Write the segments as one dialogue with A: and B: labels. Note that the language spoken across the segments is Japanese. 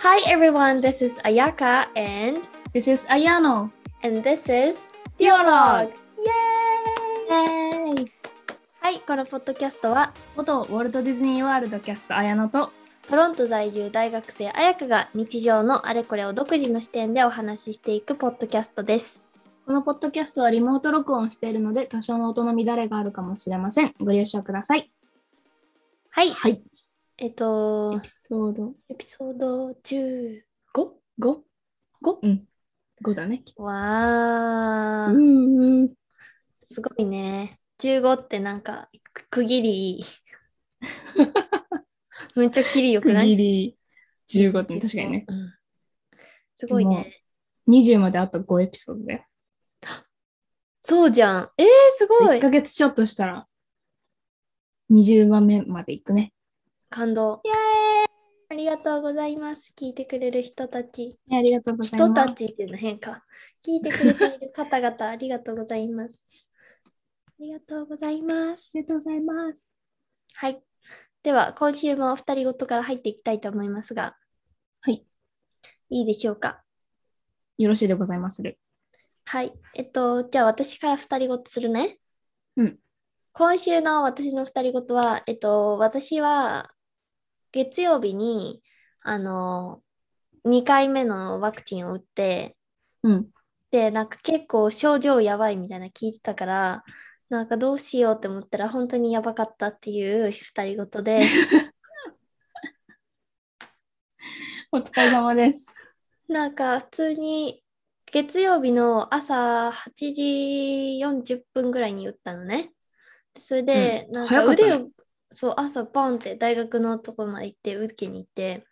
A: Hi everyone, this is Ayaka and
B: This is Ayano.
A: and this is イ
B: Dialogue.
A: エーイはい、このポッドキャストは
B: 元ウォルト・ディズニー・ワールドキャスト綾乃と
A: トロント在住大学生彩香が日常のあれこれを独自の視点でお話ししていくポッドキャストです。
B: このポッドキャストはリモート録音しているので多少の音の乱れがあるかもしれませんご了承ください
A: はい、
B: はい
A: えっと
B: エ、ピソード
A: エピソード 15?
B: 55うん5だね
A: わー、
B: うんうん
A: すごいね。15ってなんかく区切り いい。めっちゃ切りよく
B: 区
A: ない
B: 切り15って確かにね
A: うんすごいね。
B: 20まであと5エピソードだよ
A: そうじゃん。えー、すご
B: 1
A: い
B: ヶ月ちょっとしたら20番目までいくね
A: 感動。イエーイありがとうございます。聞いてくれる人たち。
B: ありがとうござい
A: 人
B: ま
A: た
B: す
A: ちっていうの変か。聞いてくれている方々、ありがとうございます。ありがとうございます。
B: ありがとうございます
A: はい。では、今週もお二人ごとから入っていきたいと思いますが。
B: はい。
A: いいでしょうか。
B: よろしいでございまする
A: はい。えっと、じゃあ私から二人ごとするね。
B: うん。
A: 今週の私の二人ごとは、えっと、私は月曜日に、あの、2回目のワクチンを打って、
B: うん
A: で、なんか結構症状やばいみたいな聞いてたから、なんかどうしようって思ったら本当にやばかったっていう二人ごとで、
B: お疲れ様です
A: なんか普通に月曜日の朝8時40分ぐらいに打ったのね。それで、なんか
B: 早かったね
A: 腕を、そう、朝ポンって大学のとこまで行って、受けに行って、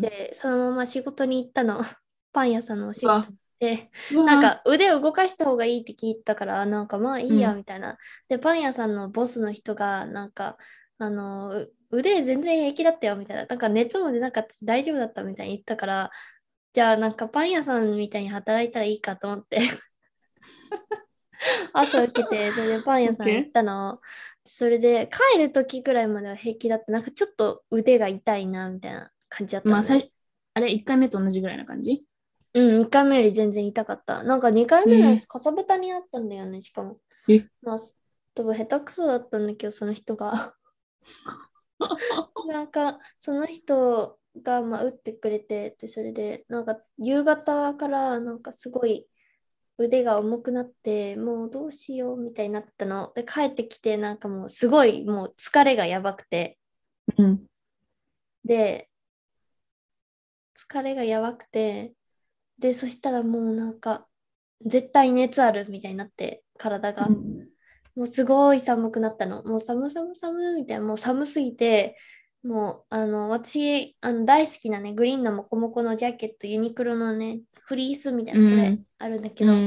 A: で、そのまま仕事に行ったの。 パン屋さんのお仕
B: うわ
A: 事で、
B: うん
A: なんか腕を動かした方がいいって聞いたから、なんかまあいいや
B: う
A: みたいな。で、パン屋さんのボスの人が、なんか、あの、う腕全然平気だったよみたいな。なんか熱も出なかったし大丈夫だったみたいに言ったから、じゃあなんかパン屋さんみたいに働いたらいいかと思って。 朝受けて、 それでパン屋さん
B: OK
A: 行ったの。それで帰る時くらいまでは平気だった。なんかちょっと腕が痛いなみたいな感じだったの
B: まあ、
A: ね
B: さいあれ、1回目と同じぐらいな感じ
A: うん、2回目より全然痛かった。なんか2回目のや
B: え
A: つ、かさぶたになったんだよね、しかも。
B: え
A: まあ、多分下手くそだったんだけど、その人が。なんか、その人が、まあ、打ってくれて、でそれで、なんか、夕方から、なんかすごい腕が重くなって、もうどうしようみたいになったの。で、帰ってきて、なんかもう、すごい、もう疲れがやばくて。
B: うん。
A: で、疲れがやばくて、で、そしたらもうなんか、絶対熱あるみたいになって、体が。もうすごい寒くなったの。もう寒寒寒みたいな、もう寒すぎて、もうあの私あの大好きなね、グリーンのモコモコのジャケット、ユニクロのね、フリースみたいな、こ
B: う
A: れ
B: ん
A: あるんだけ
B: け
A: ど、
B: ど、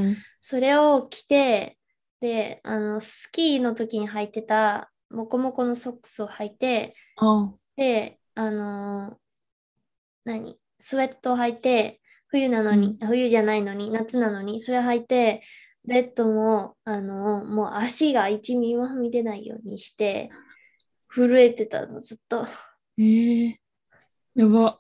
A: それを着て、で、あのスキーの時に履いてたモコモコのソックスを履いて、
B: あ
A: で、あのー何スウェットを履いて、冬なのに、冬じゃないのに、夏なのに、それ履いて、ベッドも、あのーもう足が1ミリもはみ出ないようにして、震えてたの、ずっと、ずっ
B: ええやば。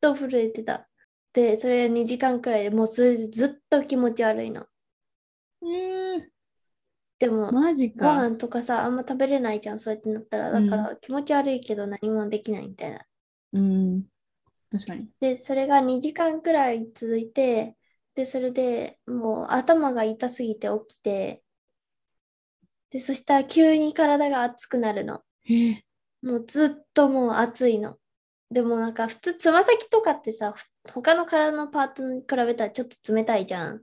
A: と震えてた。で、それ2時間くらいでもうそれでずっと気持ち悪いの。でも、
B: マジ
A: ご
B: か。
A: 飯とかさ、あんま食べれないじゃん、そうやってなったら。
B: う
A: だ
B: ん
A: から、気持ち悪いけど何もできないみたいな。
B: うん。確かに。
A: で、それが2時間くらい続いて、で、それでもう頭が痛すぎて起きて、で、そしたら急に体が熱くなるの。
B: ええ
A: もうずっともう熱いの。でもなんか普通つま先とかってさ、ふ他の体のパートに比べたらちょっと冷たいじゃん。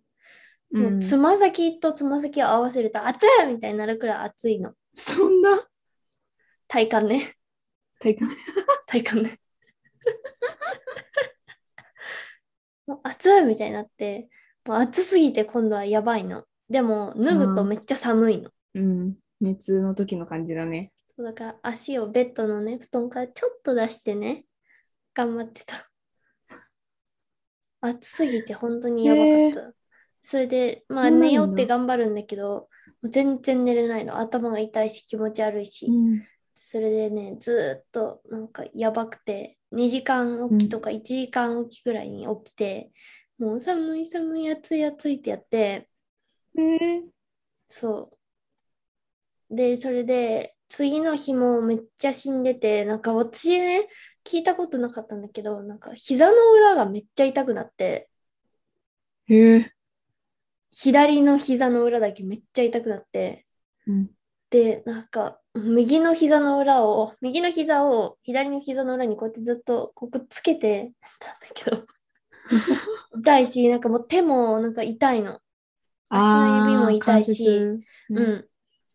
A: もうつま先とつま先を合わせると熱いみたいになるくらい熱いの。
B: そんな
A: 体感ね。
B: 体感。
A: 体感ね。 もう暑いみたいになって、もう暑すぎて今度はやばいの。でも脱ぐとめっちゃ寒いの。
B: うん。熱の時の感じだね。
A: そうだから足をベッドのね、布団からちょっと出してね、頑張ってた。 暑すぎて本当にやばかった。それで、まあ
B: そうなんだ
A: 寝ようって頑張るんだけど、もう全然寝れないの。頭が痛いし気持ち悪いし。
B: ん。
A: それでねずーっとなんかやばくて2時間おきとか1時間おきぐらいに起きて、もう寒い寒い暑い暑いってやってそうでそれで次の日もめっちゃ死んでてなんか私ね聞いたことなかったんだけどなんか膝の裏がめっちゃ痛くなって
B: へえ。
A: 左の膝の裏だけめっちゃ痛くなって
B: うん。
A: でなんか右の膝の裏を右の膝を左の膝の裏にこうやってずっとこうくっつけてたんだけ ど痛いしなんかもう手もなんか痛いの、足の指も痛いし
B: あー。関節
A: うん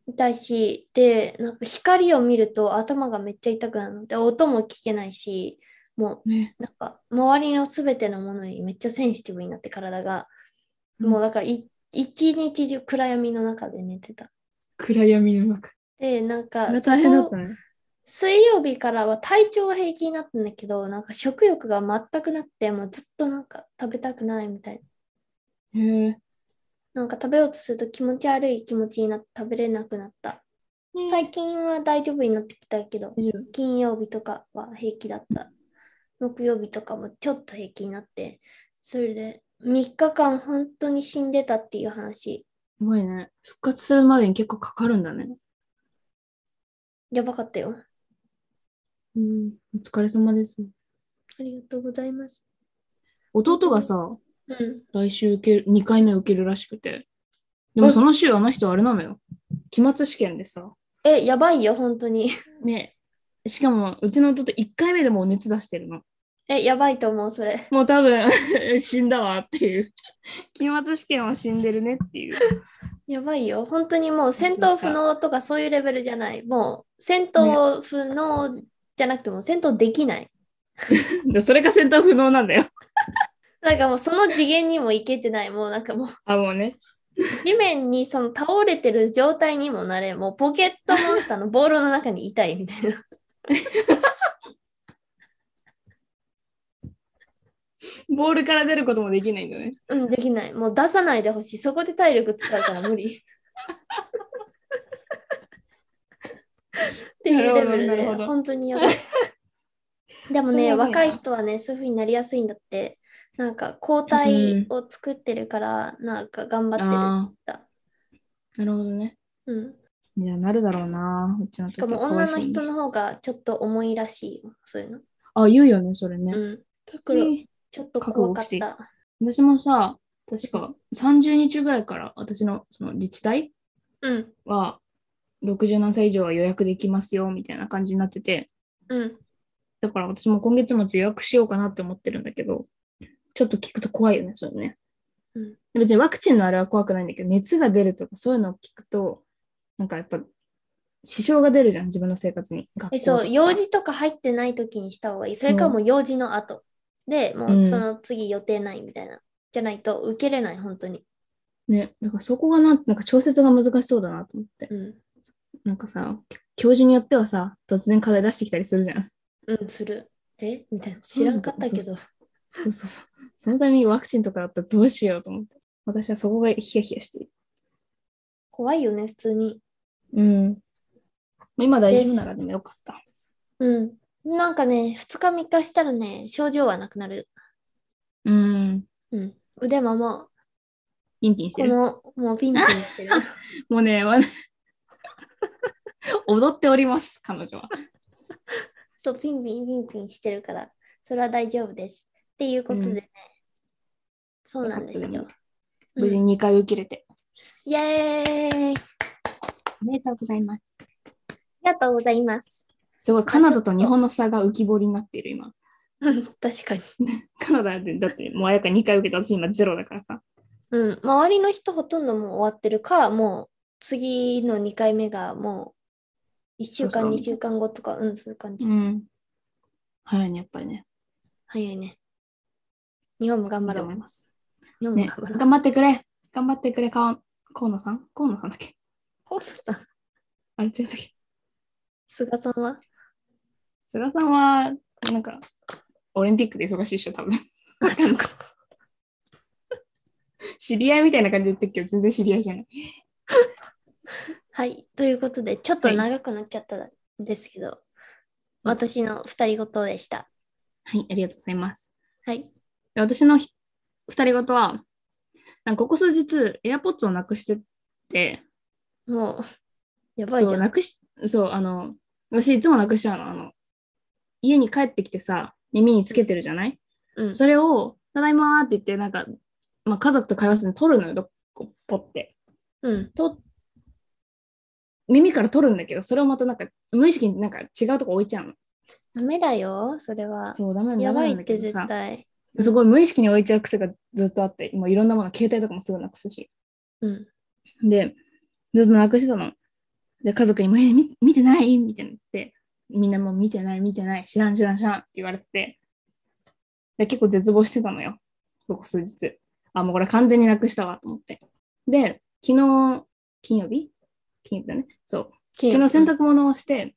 A: 痛いしでなんか光を見ると頭がめっちゃ痛くなるので音も聞けないしも
B: ね
A: うなんか周りの全てのものにめっちゃセンシティブになって体が、もうだからい一日中暗闇の中で寝てた。
B: 暗闇の中。
A: でなんか
B: それ大変だったね。
A: 水曜日からは体調は平気になったんだけどなんか食欲が全くなくてもうずっとなんか食べたくないみたい
B: へえ。
A: ななんか食べようとすると気持ち悪い気持ちになって食べれなくなった、最近は大丈夫になってきたけど
B: 大丈夫
A: 金曜日とかは平気だった木曜日とかもちょっと平気になってそれで3日間本当に死んでたっていう話
B: すごいね。復活するまでに結構かかるんだね。
A: やばかったよ
B: うん。お疲れ様です。
A: ありがとうございます
B: 弟がさ、
A: うん
B: 来週受ける、2回目受けるらしくて。でも
A: え
B: その週あの人あれなのよ。期末試験でさ。
A: えやばいよ本当に
B: ねしかも、うちの弟1回目でもう熱出してるの。
A: えやばいと思うそれ
B: もう多分 死んだわっていう。期末試験は死んでるねっていう。
A: やばいよ。本当にもう
B: そう
A: 戦
B: そうそ
A: 闘不
B: う
A: 能とかそういうレベルじゃない。もう戦闘不能じゃなくても戦闘できない。
B: でそれが戦闘不能なんだよ。
A: なんかもうその次元にも行けてない。もうなんかもう
B: あ、もうね。
A: 地面にその倒れてる状態にもなれ。もうポケットモンスターのボールの中にいたいみたいな。
B: ボールから出ることもできないんだね。
A: うん、できない。もう出さないでほしい。そこで体力使うから無 理。っていうレベル
B: な
A: で、
B: るほどなるほど
A: 本当にやばい。でも
B: それ
A: ね、
B: やばいな
A: 若い人はね、そういうふうになりやすいんだって、なんか抗体を作ってるから、なんか頑張ってるって言っ
B: なるほどね。
A: た。うん、
B: いや、なるだろうな。うちの
A: しか
B: 弟
A: も
B: かわ
A: 女
B: いそ
A: の
B: うに
A: 人の方がちょっと重いらしいよ、そういうの。
B: あ、言うよね、それね。
A: うん、だから、
B: ね
A: ちょっと怖かっ。
B: 覚悟した私もさ、確か30日ぐらいから私のその自治体
A: うん、
B: は60何歳以上は予約できますよみたいな感じになってて、
A: うん。
B: だから私も今月末予約しようかなって思ってるんだけど、ちょっと聞くと怖いよね、それね。
A: うん
B: 別にワクチンのあれは怖くないんだけど、熱が出るとかそういうのを聞くと、なんかやっぱ支障が出るじゃん、自分の生活に。学校
A: え
B: とか
A: そう用事とか入ってない時にした方がいいそれかもう用事の後でも
B: う
A: うんその次予定ないみたいな、じゃないと受けれない本当に
B: ね、だからそこがなんなんか調節が難しそうだなと思って。
A: うん、
B: なんかさ、教授によってはさ、突然課題出してきたりするじゃん。
A: うん、するえみたいな知らんかったけ
B: そ
A: ど
B: そうそうそう。そのためにワクチンとかだったらどうしようと思って。私はそこがヒヤヒヤしている。
A: 怖いよね普通に
B: うん。まあ今大丈夫ならでもよかった。
A: うんなんかね2日3日したらね症状はなくなる
B: うん。
A: うん腕ももう
B: ピンピンして
A: こ
B: る。
A: のもうピンピンして る
B: もうね、わ踊っております、彼女は。
A: そうピンピンピンピンしてるからそれは大丈夫ですっていうことでね、
B: う
A: そうなんですよ
B: よかった無事2回受けれて。
A: イエーイ
B: おめでとうございます。
A: ありがとうござい ます。
B: すごい、カナダと日本の差が浮き彫りになっている、今。
A: 確かに。
B: カナダで、だって、もうあやか2回受けた私今ゼロだからさ。
A: うん、周りの人ほとんどもう終わってるか、もう次の2回目がもう1週
B: そうそ
A: 間、
B: う
A: 2週間後とか、うん、そういう感じ。
B: ん。早いね、やっぱりね。
A: 早いね。日本も頑張ろ。
B: と思いうます。
A: 日本も
B: ね、
A: 頑張ろう。
B: 頑張ってくれ頑張ってくれ、かん河野さん河野さんだっけ
A: 河野さん、
B: あれ違うだっけ
A: 菅さんは
B: 菅さんは、なんか、オリンピックで忙しいっしょ、多分。
A: あ、そうか。
B: 知り合いみたいな感じで言ってるけど、全然知り合いじゃない。
A: はい、ということで、ちょっと
B: はい
A: 長くなっちゃったんですけど、私の2人ごとでした。
B: はい、ありがとうございます。
A: はい。
B: で私のひ二人ごとは、なんかここ数日、AirPods をなくしてて、
A: もう、やばい
B: そ
A: じ
B: う、
A: ゃん。
B: なくし、そう、あの、私いつもなくしちゃうの。あの、家に帰ってきてさ、耳につけてるじゃない
A: うん。
B: それを、ただいまーって言って、なんか、まあ、家族と会話するの取るのよ、どっこ、ポって。
A: うん。
B: と、耳から取るんだけど、それをまたなんか、無意識になんか違うとこ置いちゃうの。
A: ダメだよ、それは。
B: そう、ダメなんだ
A: やばい
B: ダ
A: っ
B: メなんだけ
A: て
B: ど
A: 絶
B: さ
A: 対。
B: すごい無意識に置いちゃう癖がずっとあって、もういろんなもの、携帯とかもすぐなくすし。
A: うん。
B: で、ずっとなくしてたの。で、家族にも、え、み見てないみたいなって、みんなもう見てない、見てない、知らん、知らん、知らんって言われて、で結構絶望してたのよ。ここ数日。あ、もうこれ完全になくしたわと思って。で、昨日、金曜日金曜日だね。そう。
A: 昨
B: 昨日洗濯物をして、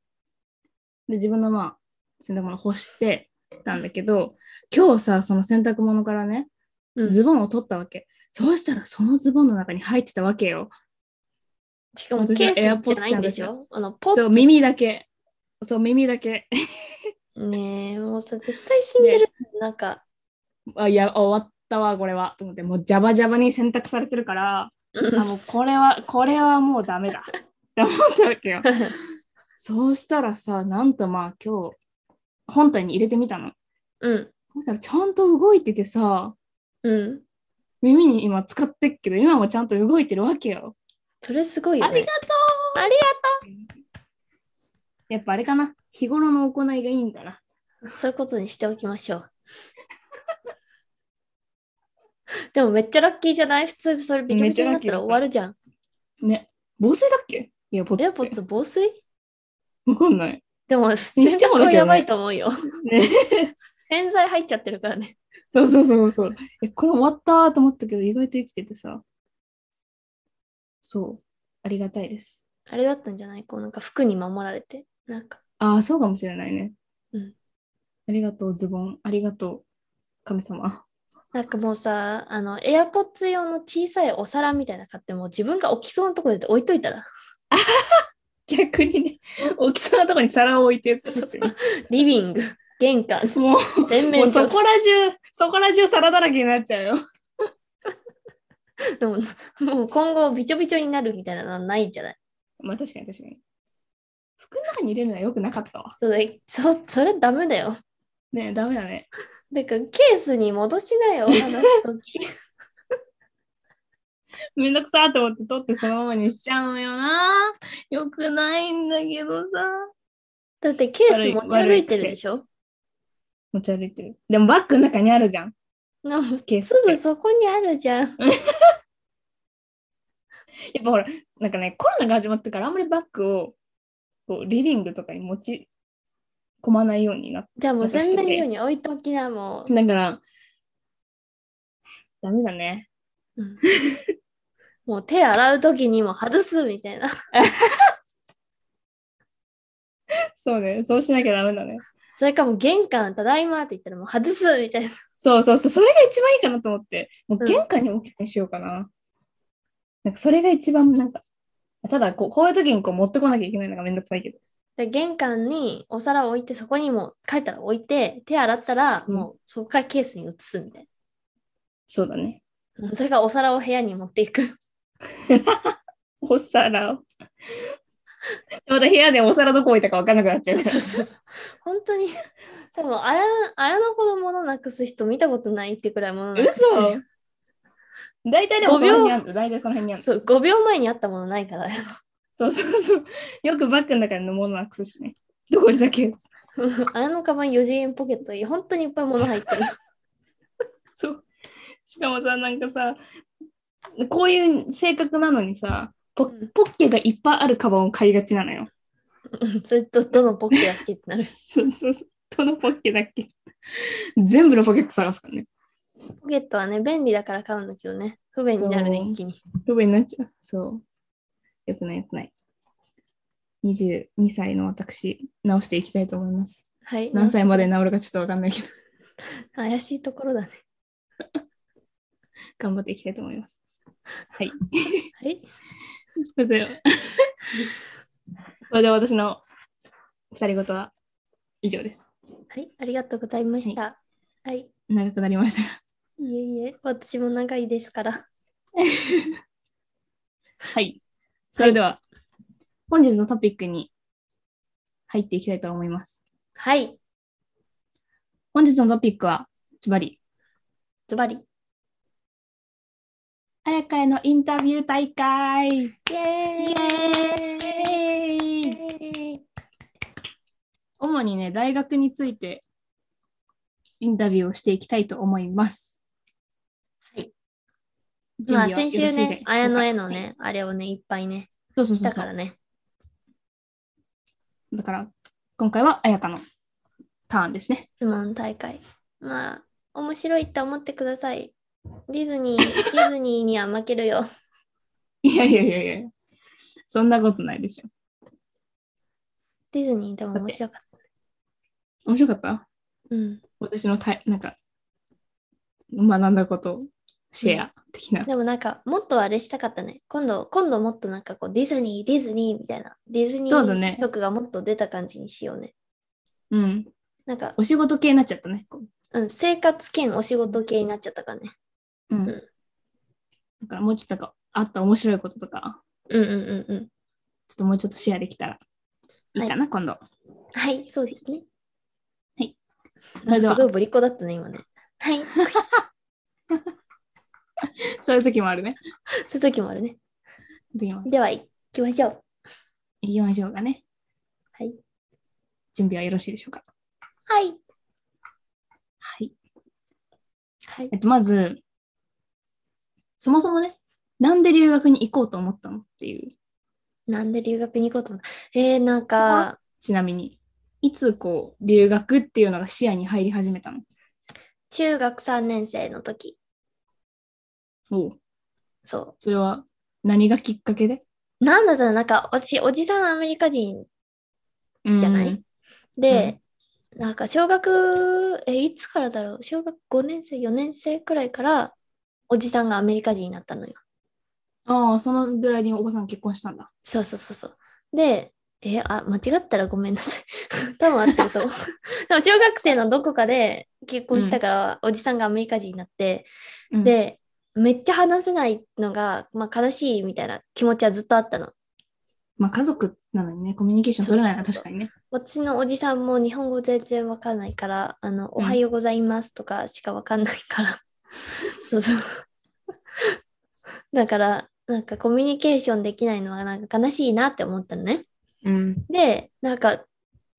B: で、自分のまあ、洗濯物干してたんだけど、今日さ、その洗濯物からね、
A: うん
B: ズボンを取ったわけ。そうしたら、そのズボンの中に入ってたわけよ。
A: しかもケ
B: 私は
A: ースじゃ
B: AirPods
A: ないんでし
B: ちゃ
A: ょあの、ポ
B: そう、
A: ッ
B: 耳だけ。そう、耳だけ。
A: ねえ、もうさ、絶対死んでる。なんか、
B: あ、いや、終わったわ、これは。と思って、もう、ジャバジャバに洗濯されてるから、あ、もう、これは、これはもうダメだ。って思ったわけよ。そうしたらさ、なんとまあ、今日、本体に入れてみたの。
A: うん。
B: そしたら、ちゃんと動いててさ、
A: うん。
B: 耳に今使ってっけど、今もちゃんと動いてるわけよ。
A: それすごい
B: あ
A: よ
B: り
A: ね
B: が。とう
A: あり
B: がとうやっぱあれかな。日頃の行いがいいんだな。
A: そういうことにしておきましょう。 でもめっちゃラッキーじゃない普通それびちゃびちゃになったら終わるじゃん。
B: ね。防水だっけいや、ポ
A: エアポッツ防水
B: わかんない。
A: でも、洗
B: にして
A: 濯
B: もだけ
A: は
B: どね
A: やばいと思うよ。
B: ね。
A: 洗剤入っちゃってるからね。
B: そうそうそうそう。え、これ終わったと思ったけど、意外と生きててさ。そう。ありがたいです。
A: あれだったんじゃないこうなんか服に守られて。なんか、
B: ああ、そうかもしれないね。
A: うん。
B: ありがとう、ズボン。ありがとう、神様。
A: なんかもうさ、あの、エアポッツ用の小さいお皿みたいなの買ってもう自分が置きそうなところで置いといたら、
B: 逆にね、大きさのとこに皿を置いてる
A: リビング、玄関、
B: もう、
A: 洗
B: もう
A: 面
B: そ
A: 所
B: こら中、そこら中皿だらけになっちゃうよ。
A: でももう今後びちょびちょになるみたいなのはないんじゃない
B: まあ確かに確かに。服の中に入れるのは良くなかったわ。
A: それそそれダメだよ。
B: ねえ、ダメだね。
A: なんかケースに戻しなよ、話すとき。
B: めんどくさーと思って取ってそのままにしちゃうのよな。良くないんだけどさ。
A: だってケース持ち歩いてるでしょ
B: 持ち歩いてる。でもバッグの中にあるじゃん。
A: なんか
B: ケース
A: す
B: って
A: ぐそこにあるじゃん。
B: やっぱほら、なんかね、コロナが始まってからあんまりバッグをこうリビングとかに持ち込まないようになっ
A: じゃあもう
B: 私
A: 洗
B: とね
A: 面所に置いときな、も
B: て。だから、ダメだね。
A: う。うんもう手洗うときにも外すみたいな。
B: そうね。そうしなきゃダメだね。
A: それかもう玄関、ただいまって言ったらもう外すみたいな。
B: そうそうそう。それが一番いいかなと思って。もう
A: うん
B: 玄関に置きにしようかな。なんかそれが一番なんか、ただこうこういう時にこう持ってこなきゃいけないのがめんどくさいけど。
A: で玄関にお皿を置いて、そこにも帰ったら置いて、手洗ったら
B: うん
A: もうそこからケースに移すみたい
B: そうだね。
A: な。 それからお皿を部屋に持っていく。
B: お皿を。 また部屋でお皿どこ置いたか分からなくなっちゃうから
A: そうそうそう。本当に、多分あや、あやのほど物なくす人見たことないってくらい物なくす人。
B: 嘘大体でも
A: 5
B: その
A: 秒
B: 辺にあるの大体その辺にあるの
A: そう、5秒前にあったものないから。
B: そうそうそう。よくバッグの中にのものなくすしね。どこにだけ。
A: あやのカバン4次元ポケットに本当にいっぱい物入ってる。
B: そう。しかもさ、なんかさ、こういう性格なのにさ、 ポ
A: うん
B: ポッケがいっぱいあるカバンを買いがちなのよ。
A: うんそれとどのポケだっけってなる。
B: そうそうそう。どのポッケだっけ全部のポケット探すからね。
A: ポケットはね、便利だから買うんだけどね。不便になるね、
B: そう
A: 一気に。
B: どこになっちゃう。そう。よくないよくない。22歳の私、直していきたいと思います。
A: はい。
B: 何歳まで治るかちょっとわかんないけど、
A: 怪しいところだね。
B: 頑張っていきたいと思います。はい。
A: はい。
B: それでは それでは私の二人ごとは以上です。
A: はい、ありがとうございました。はい、
B: 長くなりました。
A: いえいえ、私も長いですから。
B: はい。それでは、本日のトピックに入っていきたいと思います。
A: はい、
B: 本日のトピックは、ズバリ、
A: ズバリ。
B: あやかへのインタビュー大会イ
A: イエーイ
B: エーイ主にね、大学についてインタビューをしていきたいと思います。
A: はい。
B: 準
A: まあ
B: 備はよ
A: 先
B: ろしいで
A: 週
B: しょ
A: ね、
B: うか
A: 綾野への。
B: はい
A: ね、あれをね、いっぱいね、
B: そうそうそ
A: だ
B: うそ
A: か
B: う。
A: らね。
B: だから、今回はあやかのターンですね。
A: 質問大会。まあ、面白いって思ってください。ディズ ニー、ディズニーには負けるよ。
B: いやいやいやいや、そんなことないでしょ。
A: ディズニーでも面白かっ
B: 面白かった
A: た。 うん。
B: 私のたいなんか、学んだことをシェア的な。
A: でもなんか、もっとあれしたかったね。今度、今度もっとなんかこう、ディズニー、ディズニーみたいな。ディズニ
B: そうだね
A: ー曲がもっと出た感じにしようね。
B: うん。
A: なんか、
B: お仕事系になっちゃったね。
A: うん、生活兼お仕事系になっちゃったからね。
B: うん。
A: うん
B: だからもうちょっとなんかあった面白いこととか、
A: うんうんうんうん。
B: ちょっともうちょっとシェアできたらいいかな、今度。
A: はい、そうですね。
B: それで
A: なんか
B: は
A: すご、いぶりっ子だったね、今ね。 はい。
B: そういう時もあるね。
A: そういう時もあるね。
B: そういう時もある
A: では、行きましょう。
B: 行きましょうかね。
A: はい。
B: 準備はよろしいでしょうか。
A: はい。
B: はい。
A: はい
B: え。っと、まず、そもそもね、なんで留学に行こうと思ったのっていう、
A: なんで留学に行こうと思ったえー、なんか、
B: ちなみに、いつこう、留学っていうのが視野に入り始めたの
A: 中学3年生の時、
B: おう
A: そ
B: それは何がきっかけで
A: う。なんだったら、なんか、私、おじさんアメリカ人じゃない
B: うん
A: で、なんか、小学、え、いつからだろう、小学5年生、4年生くらいから、おじさんがアメリカ人になったのよ。
B: ああ、そのぐらいにおばさん結婚したんだ。
A: そうそうそうそう。で、え、あ、間違ったらごめんなさい。 多分合ってる と思う。でも小学生のどこかで結婚したから、おじさんがアメリカ人になって、
B: うん、
A: で、めっちゃ話せないのが、まあ、悲しいみたいな気持ちはずっとあったの。
B: まあ家族なのにね、コミュニケーション取れないな、
A: そうそ
B: 確
A: う
B: かにね。
A: 私のおじさんも日本語全然わかんないから、あの、
B: う
A: お
B: ん
A: はようございますとかしかわかんない から。そうそう。だから、なんかコミュニケーションできないのはなんか悲しいなって思ったのね。
B: うん。
A: で、なんか、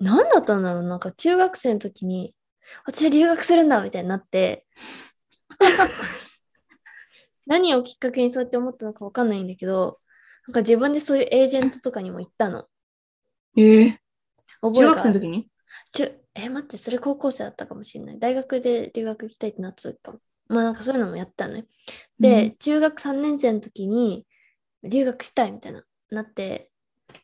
A: 何だったんだろうなんか中学生の時に、私は留学するんだみたいにな って、何をきっかけにそうやって思ったのかわかんないんだけど、なんか自分でそういうエージェントとかにも行ったの。
B: ええ
A: 覚え
B: 中
A: が
B: 学生の時に
A: ちゅえ、待って、それ高校生だったかもしれない。大学で留学行きたいってなってたかも。まあなんかそういうのもやったのね。で、、中学3年生の時に留学したいみたいな、なって、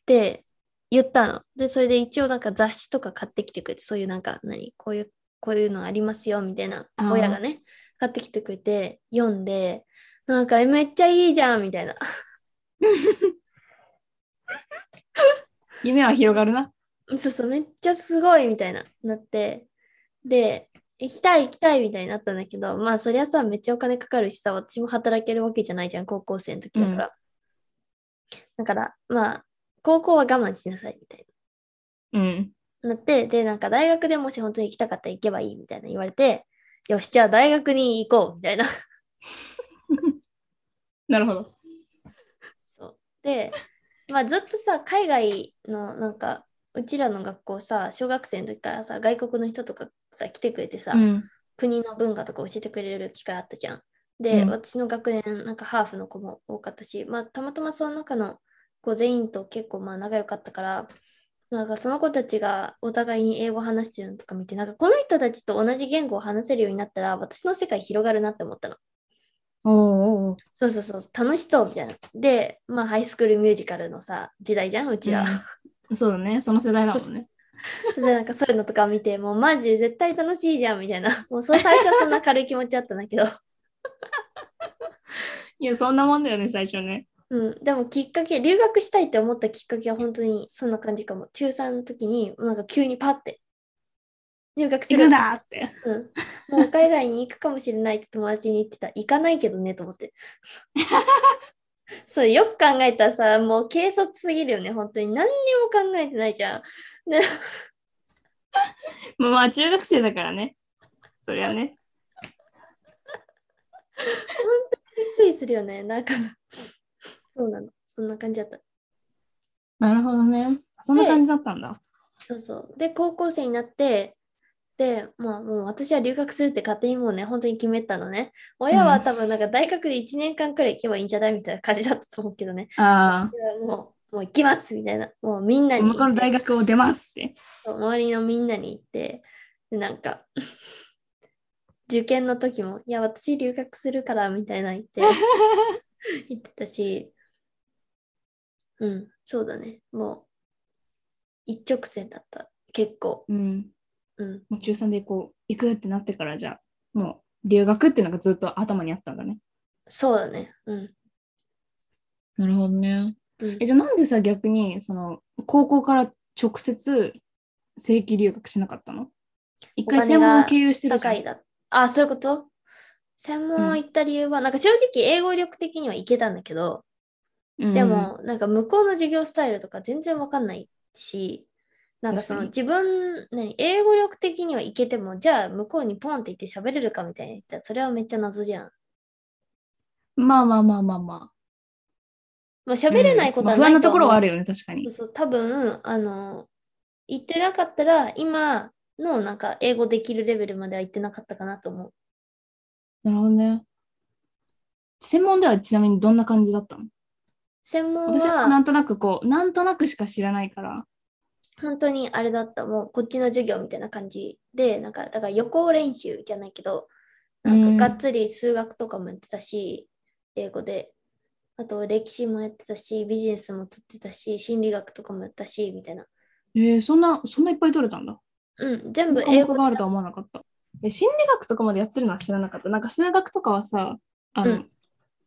A: で、言ったの。で、それで一応なんか雑誌とか買ってきてくれて、そういうなんか何、こういう、こういうのありますよみたいな
B: あー、
A: 親がね、買ってきてくれて、読んで、なんかえめっちゃいいじゃんみたいな。
B: うん夢は広がるな。
A: そうそう、めっちゃすごいみたいな、なって、で、行きたい行きたいみたいになったんだけど、まあそりゃさ、めっちゃお金かかるしさ、私も働けるわけじゃないじゃん、高校生の時だから。だから、まあ、高校は我慢しなさいみたい
B: うん。
A: な。なって、で、なんか大学でもし本当に行きたかったら行けばいいみたいな言われて、よし、じゃあ大学に行こうみたいな。
B: なるほど。
A: そうで、まあ、ずっとさ海外のなんかうちらの学校さ小学生の時からさ外国の人とかさ来てくれてさ、
B: うん。
A: 国の文化とか教えてくれる機会あったじゃん。で、
B: うん
A: 私の学年なんかハーフの子も多かったし、まあ、たまたまその中の子全員と結構まあ仲良かったからなんかその子たちがお互いに英語話してるのとか見てなんかこの人たちと同じ言語を話せるようになったら私の世界広がるなって思ったの。
B: おおおう
A: そうそうそう楽しそうみたいな。でまあハイスクールミュージカルのさ時代じゃんうちら。
B: うんそうだね、その世代だもんね。
A: でなんかそういうのとか見てもうマジで絶対楽しいじゃんみたいなもうそう最初はそんな軽い気持ちだったんだけど
B: いや、そんなもんだよね、最初ね。
A: うん、でもきっかけ留学したいって思ったきっかけは本当にそんな感じかも中3の時になんか急にパッて留学す
B: 行
A: る
B: くんだって。
A: うん、もう海外に行くかもしれないって友達に言ってた。行かないけどねと思 って。そうよく考えたらさ、もう軽率すぎるよね、本当に。何にも考えてないじゃん。
B: まあまあ、中学生だからね。そりゃね。
A: びっくりするよね、なんかさ。そうなの。そんな感じだった。
B: なるほどね。そんな感じだったんだ。
A: そうそう。で、高校生になって、で、まあもう私は留学するって勝手にもうね、本当に決めたのね。親は多分なんか大学で1年間くらい行けばいいんじゃないみたいな感じだったと思うけどね。
B: あ
A: いやもう、もう行きますみたいな。もうみん
B: あ、
A: なに
B: 向こうの大学を出ますって。
A: 周りのみんなに言って、でなんか、 受験の時も、いや、私留学するからみたいな言 って、言ってたし、うん、そうだね。もう、一直線だった。結構。
B: うん。
A: うん。
B: もう中3でこう、行くってなってからじゃあ、もう留学っていうのがずっと頭にあったんだね。
A: そうだね。うん。
B: なるほどね。
A: うん
B: え、じゃあなんでさ、逆に、その、高校から直接正規留学しなかったの一回
A: お金
B: 専
A: が
B: 門を経由してるじゃ
A: 高
B: ん
A: いだ。あ、そういうこと専門を行った理由は、なんか正直英語力的にはいけたんだけど、
B: うん
A: で、も、なんか向こうの授業スタイルとか全然わかんないし、なんかその
B: 確
A: 自分、何、英語力的にはいけても、じゃあ向こうにポンって言って喋れるかみたいな言ったら、それはめっちゃ謎じゃん。
B: まあまあまあまあまあ。
A: まあ喋れないことは
B: うんま
A: な
B: あ
A: い
B: 不安なところはあ
A: る。
B: るよね、確かに
A: そう。そう、多分、あの、言ってなかったら、今のなんか英語できるレベルまでは行ってなかったかなと思う。
B: なるほどね。専門ではちなみにどんな感じだったの
A: 専門
B: 私はな
A: は
B: んとなくこう、なんとなくしか知らないから。
A: 本当にあれだった、もうこっちの授業みたいな感じで、なんか、だから予行練習じゃないけど、なんかがっつり数学とかもやってたし、英語で、あと歴史もやってたし、ビジネスも取ってたし、心理学とかもやったし、みたいな。
B: えーそんな、そんないっぱい取れたんだ。
A: うん、全部
B: 科
A: 英
B: 目
A: 語
B: があるとは思わなかった。え心理学とかまでやってるのは知らなかった。なんか数学とかはさ、あの、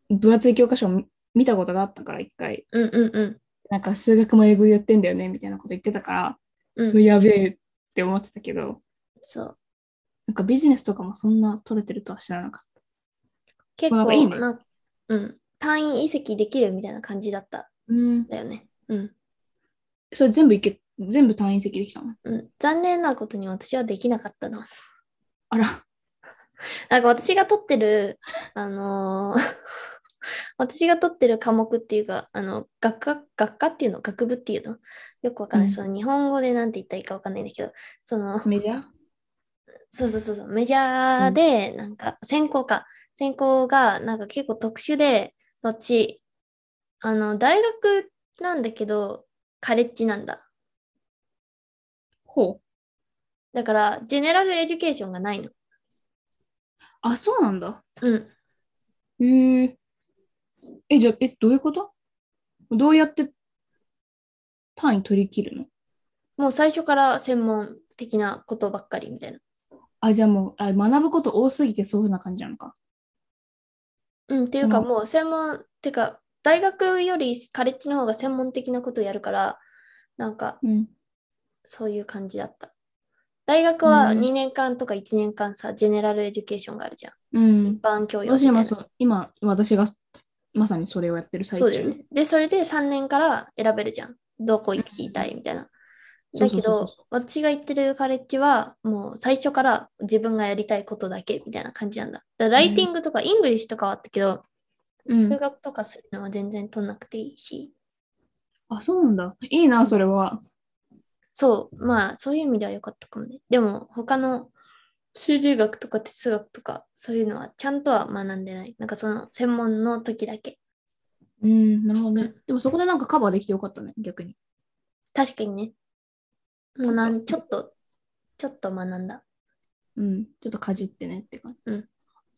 B: 分厚い教科書を見見たことがあったから、一回。
A: うんうんうん。
B: なんか数学も英語でやってんだよね、みたいなこと言ってたから、
A: う、
B: うんやべえって思ってたけど、
A: そう
B: なんかビジネスとかもそんな取れてるとは知らなかっ
A: 結
B: もうなん
A: 構
B: かいいね
A: なうん、単位移籍できるみたいな感じだった
B: た。うん
A: ん。だよね。うん
B: それ全部いけ、全部単位席できたの
A: うん、残念なことに私はできなかったの。
B: あら。
A: なんか私が取ってる、あのー 私が取ってる科目っていうか、あの、学科、学科っていうの、学部っていうの、よくわかんない。
B: うん
A: その日本語でなんて言ったらいいかわかんないんだけど、その、
B: メジャー
A: そうそうそうそう、メジャーで、なんか、専攻か。専攻が、なんか結構特殊で、どっち、あの、大学なんだけど、カレッジなんだ。
B: ほう。
A: だから、ジェネラルエデュケーションがないの。
B: あ、そうなんだ。
A: うん。
B: へえ。え、じゃあ、え、どういうことどうやって単位取り切るの
A: もう最初から専門的なことばっかりみたいな。
B: あ、じゃあもう、あ学ぶこと多すぎてそういうな感じなのか。
A: うん、っていうか
B: その
A: もう専門っていうか大学よりカレッジの方が専門的なことをやるからなんか
B: うん。
A: そういう感じだった大学は
B: うん
A: 2年間とか1年間さ、ジェネラルエデュケーションがあるじゃん
B: うん。
A: 一般教養み
B: 私
A: たい
B: 今
A: な
B: そう、今、私がまさにそれをやってる最
A: そ
B: 中。
A: うだよねでそれで3年から選べるじゃんどこ行きたいみたいな
B: そ
A: だ
B: うそ
A: け
B: うそうそ
A: ど
B: う
A: 私が行ってるカレッジはもう最初から自分がやりたいことだけみたいな感じなんだだからライティングとかイングリッシュとかはあったけど、
B: うん
A: 数学とかするのは全然取んなくていいし、
B: あ、そうなんだ。いいな、それは。
A: そう、まあ、そういう意味では良かったかもね。でも、他の心理学とか哲学とか、そういうのはちゃんとは学んでない。なんかその専門の時だけ。
B: うん、なるほどね。でもそこでなんかカバーできてよかったね、逆に。
A: 確かにね。もうなん、ちょっと、ちょっと学んだ。
B: うん。ちょっとかじってねって感じ。
A: うん。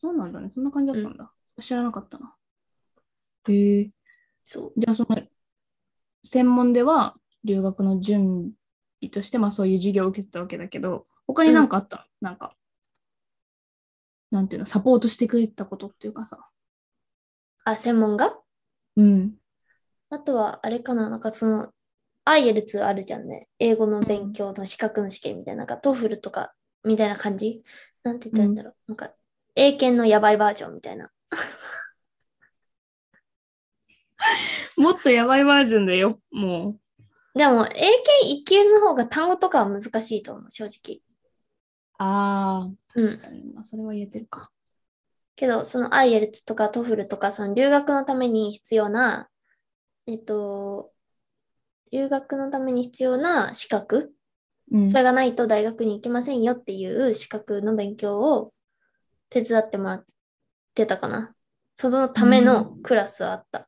B: そうなんだね。そんな感じだったんだ。知らなかったな。へえ。
A: そう。
B: じゃあその専門では留学の準備としてまあそういう授業を受けてたわけだけど他に何かあったの、なんかなんていうのサポートしてくれてたことっていうかさ
A: あ、専門が
B: うん
A: あとは、あれかな、なんかその、アイエルツあるじゃんね。英語の勉強の資格の試験みたいな、なんかトフルとかみたいな感じなんて言ったらいいんだろう。なんか、英検のやばいバージョンみたいな。
B: もっとやばいバージョンだよ、もう。
A: でも、英検一級の方が単語とかは難しいと思う、正直。
B: ああ、
A: うん
B: かに。まあ、それは言えてるか。
A: けど、その IELTS とか TOEFL とか、その留学のために必要な、えっと、留学のために必要な資格、
B: うん
A: それがないと大学に行けませんよっていう資格の勉強を手伝ってもらってたかな。そのためのクラスはあった。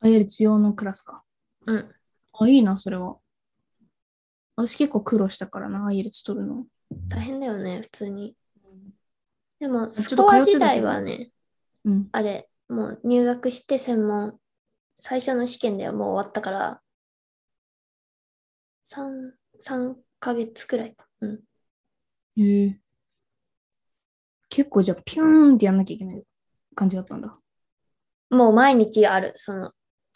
B: あやる治療のクラスか。
A: うん。
B: あ、いいな、それは。私結構苦労したからな、アイエルツ取るの。
A: 大変だよね、普通に。でも、
B: ちょっ
A: ス
B: と
A: コ
B: 通
A: ア
B: っ
A: 自
B: てたけど
A: 体はね、
B: うん。
A: あれ、もう入学して専門、最初の試験ではもう終わったから、3、三ヶ月くらいか。うん。
B: へえ。結構じゃあ、ピューンってやんなきゃいけない感じだったんだ。
A: もう毎日ある、その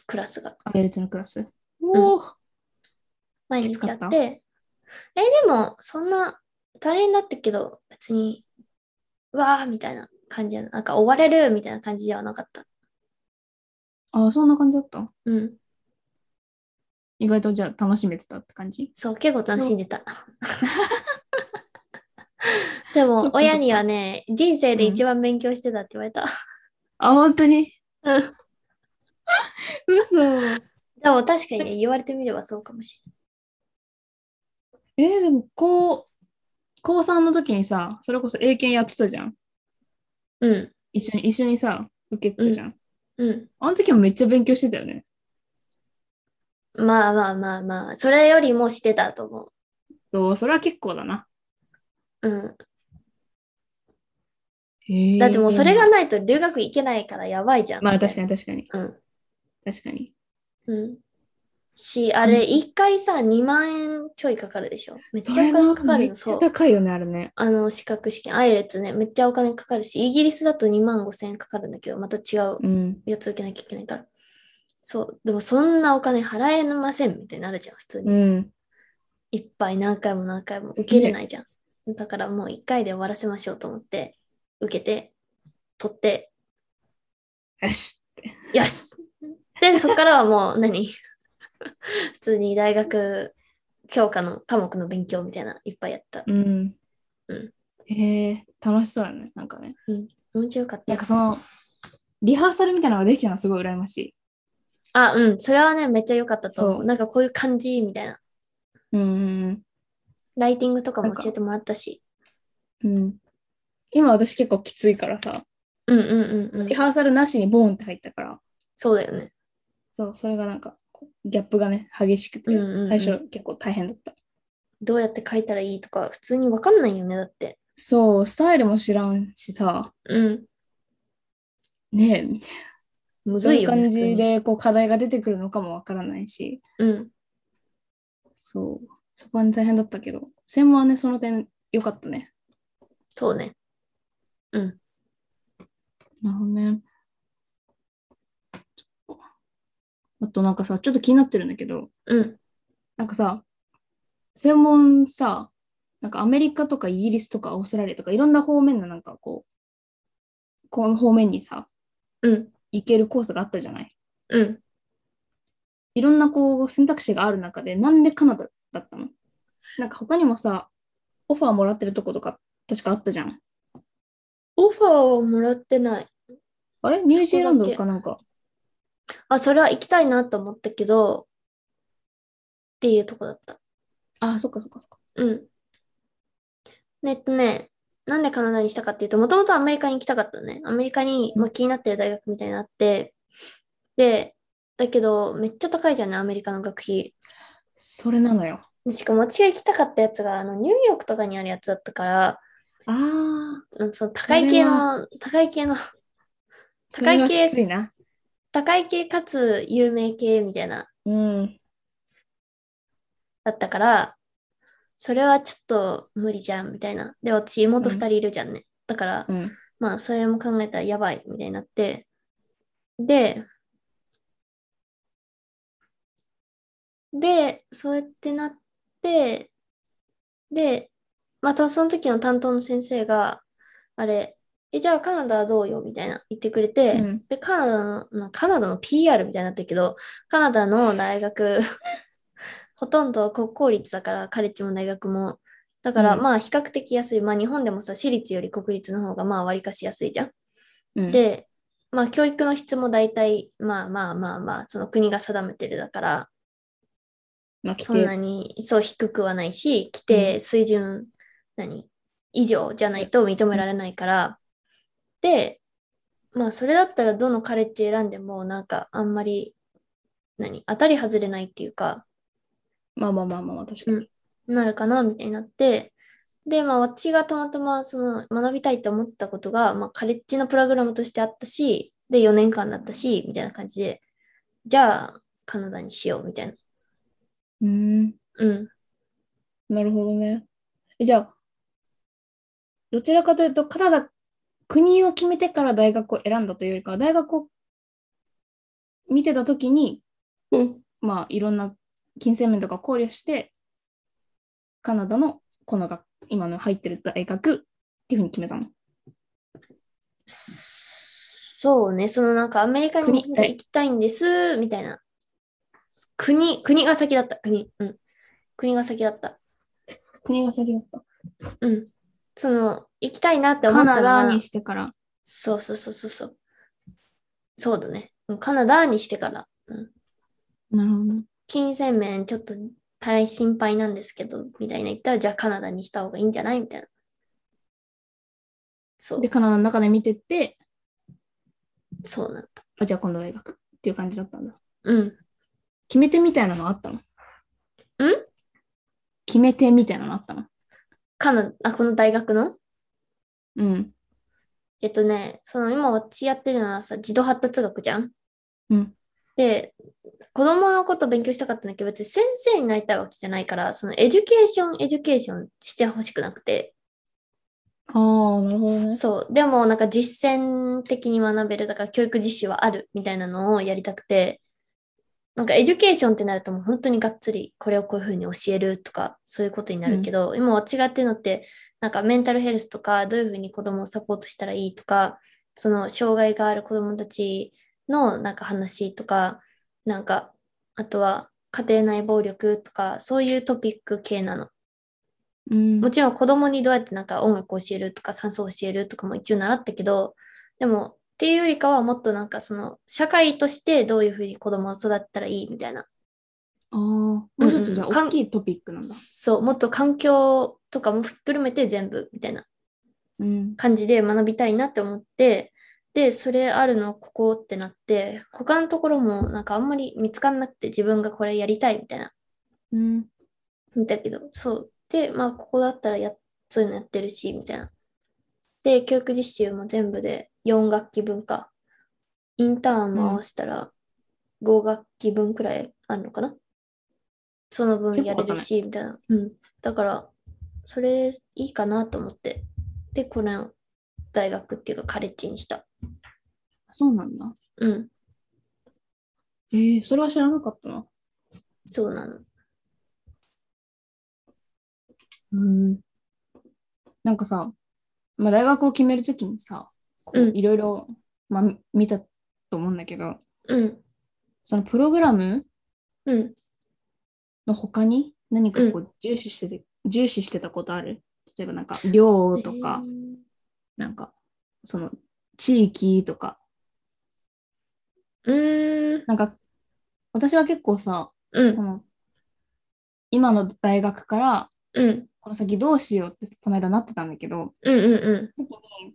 A: クラスが。
B: アイエルツのクラス。おお、
A: 毎
B: きつ
A: 日
B: か
A: や
B: っ
A: ったて。え、でも、そんな大変だったけど、別に、わーみたいな感じじゃな、なんか追われるみたいな感じではなかった。
B: あ、そんな感じだった。
A: うん。
B: 意外とじゃあ、楽しめてたって感じ。
A: そう、結構楽しんでた。で
B: そ
A: も
B: っ、か
A: 親にはね、人生で
B: うん
A: 一番勉強してたって言われた。
B: あ、本当に
A: うん。
B: 嘘。
A: でも確かにね、言われてみればそうかもし
B: えー、でも、こう、高3の時にさ、それこそ英検やってたじゃん。
A: れない。
B: 一緒に、一緒にさ、受けてたじゃん。
A: うん。
B: あの時もめっちゃ勉強してたよね。
A: うん。まあまあまあまあ、それよりもしてたと思
B: そう、それは結構だな。
A: う。うん。
B: へ
A: だってもうそれがないと留学行けないからやばいじゃん。
B: まあ確か
A: に。
B: に確かに。
A: うん。
B: 確かに。
A: うん。し、あれ、一回さ、2万円ちょいかかるでしょ。めっちゃお金かか
B: め
A: る
B: っ
A: の、
B: ち
A: そ
B: ゃ
A: う。
B: 高いよね、あれね。
A: あの、資格試験、アイレツね、めっちゃお金かかるし、イギリスだと2万5千円かかるんだけど、また違う
B: うん。
A: やつ受けなきゃいけないから。そう、でもそんなお金払えませんみたいになるじゃん、普通に。
B: うん。
A: いっぱい何回も何回も受けれないじゃん。だからもう1回で終わらせましょうと思って、受けて、取って、
B: よし。
A: よしで、そこからはもう何 普通に大学教科の科目の勉強みたいないっぱいやった。
B: うん。
A: うん
B: へえ楽しそうだね。なんかね。
A: 面白かっ
B: なん
A: た
B: か。その、リハーサルみたいなのができたのはすごい羨ましい。
A: あ、うん、それはね、めっちゃ良かったと思。
B: そうう
A: なんかこういう感じみたいな。
B: うん。
A: ライティングとか
B: な
A: も
B: んか
A: 教えてもらったし。
B: うん。今私結構きついからさ、
A: うんうんうんうん
B: リ。ハーサルなしにボーンって入ったから、
A: そうだよね。
B: そう、それがなんか、こうギャップがね、激しく
A: う
B: て、
A: んうんうん
B: 最初結構大変だった。
A: どうやって書いたらいいとか、普通にわかんないよね、だって。
B: そう、スタイルも知らんしさ、
A: うん。
B: ねえ、みたいな
A: む
B: そ
A: ず
B: う
A: い
B: いう
A: よね、
B: 感
A: 普通
B: じ
A: に。
B: でこう課題が出てくるのかもわからないし、
A: うん。
B: そう、そこはね大変だったけど、専門はね、その点良かったね。
A: そうね。うん。
B: なるほどね。あとなんかさ、ちょっと気になってるんだけど、
A: うん。
B: なんかさ、専門さ、なんかアメリカとかイギリスとかオーストラリアとかいろんな方面のなんかこう、この方面にさ、
A: うん。
B: 行けるコースがあったじゃない。
A: うん。
B: いろんなこう選択肢がある中で、なんでカナダだったのなんか他にもさ、オファーもらってるとことか、確かあったじゃん。
A: オファーをもらってない。
B: あれニュージーランド
A: そこだ
B: かなんか。
A: あ、それは行きたいなと思ったけど、っていうとこだった。
B: あ、そっかそっかそっか。
A: うん。えっとね、なんでカナダにしたかっていうと、もともとアメリカに行きたかったのね。アメリカに、まあ、気になってる大学みたいになって、で、だけど、めっちゃ高いじゃんね、アメリカの学費。
B: それなのよ。
A: でしかも、私が行きたかったやつが、あの、ニューヨークとかにあるやつだったから、
B: ああ。
A: うんその高い系の、高い系の、高い
B: それは
A: 系
B: きついな。
A: 高い系かつ有名系みたいな、
B: うん。
A: だったから、それはちょっと無理じゃん、みたいな。で、私、妹
B: うん
A: 2人いるじゃんね。だから、
B: うん。
A: まあ、それも考えたらやばい、みたいになって。で、で、そうやってなって、で、またその時の担当の先生が、あれ、え、じゃあカナダはどうよみたいな言ってくれて、
B: うん
A: で、カナダの、まあカナダの PR みたいになったけど、カナダの大学、 ほとんど国公立だから、カレッジも大学も。だから、
B: うん
A: まあ、比較的安い。まあ、日本でもさ、私立より国立の方が、まあ、割かし安いじゃん。
B: うん、
A: で、まあ、教育の質も大体、まあまあまあまあ、その国が定めてるだから、
B: まあ、来
A: そん
B: て
A: なにそう低くはないし、規定水準、何以上じゃないと認められないから、で、まあそれだったらどのカレッジ選んでもなんかあんまり何当たり外れないっていうか、
B: まあまあまあまあまあ、確かに。
A: なるかなみたいになって、で、まあ私がたまたまその学びたいと思ったことが、まあカレッジのプログラムとしてあったし、で4年間だったし、みたいな感じで、じゃあカナダにしようみたいな。
B: うん、
A: うん。
B: なるほどね。えじゃあ、どちらかというと、カナダ、国を決めてから大学を選んだというよりかは、大学を見てたときに、まあ、いろんな金銭面とか考慮して、カナダのこの学今の入ってる大学っていうふうに決めたの。
A: そうね、そのなんかアメリカに
B: 国
A: 行きたいんです、みたいな。国、国が先だった、国。うん。国が先だった。
B: 国が先だった。
A: うん。その、行きたいなって思
B: カ
A: った
B: ナ
A: のは
B: ダにしてから。
A: そうそうそうそうそう。そうだね。うんカナダにしてから。うん、
B: なるほどね。
A: 金銭面ちょっと大心配なんですけど、みたいな言ったら、じゃあカナダにした方がいいんじゃないみたいな。そう
B: で、、カナダの中で見てって、
A: そうなんだ。
B: あ、じゃあ今度大学っていう感じだったんだ。
A: うん。
B: 決め手みたいなのあったのん決め手みたいなのあったの
A: カナダ、あ、この大学の
B: うん。
A: えっとね、その今私やってるのはさ、児童発達学じゃん。
B: うん。
A: で、子供のこと勉強したかったんだけど、別に先生になりたいわけじゃないから、そのエデュケーション、エデュケーションしてほしくなくて。
B: ああ、なるほどね。
A: そう。でもなんか実践的に学べる、だから教育実習はあるみたいなのをやりたくて、なんかエデュケーションってなるともう本当にがっつりこれをこういうふうに教えるとかそういうことになるけど、今は違ってるのってなんかメンタルヘルスとかどういうふうに子供をサポートしたらいいとかその障害がある子供たちのなんか話とかなんかあとは家庭内暴力とかそういうトピック系なの。
B: うん
A: もちろん子供にどうやってなんか音楽を教えるとか算数を教えるとかも一応習ったけど、でもっていうよりかはもっとなんかその社会としてどういうふうに子供を育ったらいいみたいな。
B: ああ、もうちょっとじゃあ
A: うんうん
B: 大きいトピックなんだ。
A: そう、もっと環境とかもひっくるめて全部みたいな
B: うん。
A: 感じで学びたいなって思って、で、それあるのここってなって、他のところもなんかあんまり見つかんなくて自分がこれやりたいみたいな。
B: うん。
A: だけど、そう。で、まあ、ここだったらや、そういうのやってるし、みたいな。で、教育実習も全部で4学期分か。インターンも合わせたら5学期分くらいあるのかな。その分やれるし、みたいな。うん。だから、それいいかなと思って。で、これを大学っていうかカレッジにした。
B: そうなんだ。
A: うん。
B: ええそれは知らなかったな。
A: そうなの。
B: うん。なんかさ、まあ、大学を決めるときにさ、こう
A: うん
B: いろいろ、まあ、見たと思うんだけど、
A: うん。
B: そのプログラム
A: うん。
B: の他に何かこう重視してて、重視してたことある例えばなんか量とか、なんかその地域とか、
A: えー。うーん。
B: なんか私は結構さ、
A: うん
B: こ。の今の大学から
A: うん。
B: この先どうしようってこの間なってたんだけど、
A: うん。うん。う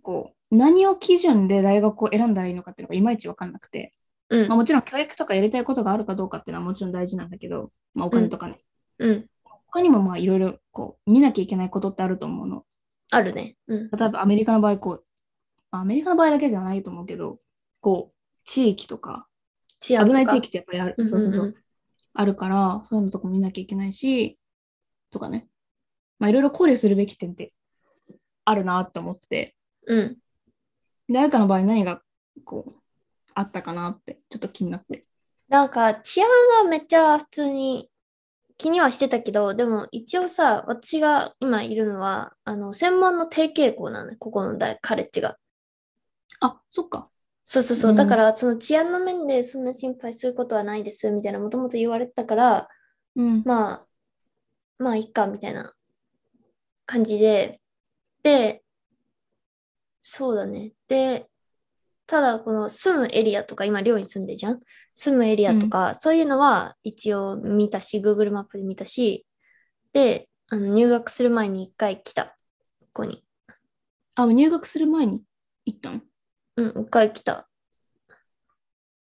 B: こう何を基準で大学を選んだらいいのかっていうのがいまいち分かんなくて、
A: ん。うん
B: まあ、。もちろん教育とかやりたいことがあるかどうかっていうのはもちろん大事なんだけど、まあ、お金とかね、
A: うん。
B: 他にもまあいろいろこう見なきゃいけないことってあると思うの
A: あるね。うん。
B: 例えばアメリカの場合こうアメリカの場合だけじゃないと思うけどこう地域とか
A: 治
B: 危
A: 安とか
B: ない地域ってやっぱりある、
A: うんうん
B: そううんそうそうあるからそういうのとかも見なきゃいけないしとかねまあいろいろ考慮するべき点ってあるなと思って
A: うん。
B: 誰かの場合何がこうあったかなってちょっと気になって
A: なんか治安はめっちゃ普通に気にはしてたけど、でも一応さ、私が今いるのは、あの、専門の定型校なのね、ここの大カレッジが。
B: あ、そっか。
A: そうそうそう、
B: うん
A: だからその治安の面でそんな心配することはないですみたいな、もともと言われてたから、
B: うん。
A: まあ、まあ、いっかみたいな感じで、で、そうだね。で、ただ、この住むエリアとか、今、寮に住んでるじゃん住むエリアとか、そういうのは一応見たし、Google マップで見たし、で、あの入学する前に一回来た、ここに。
B: あ、入学する前に行ったの
A: うん、一回来た。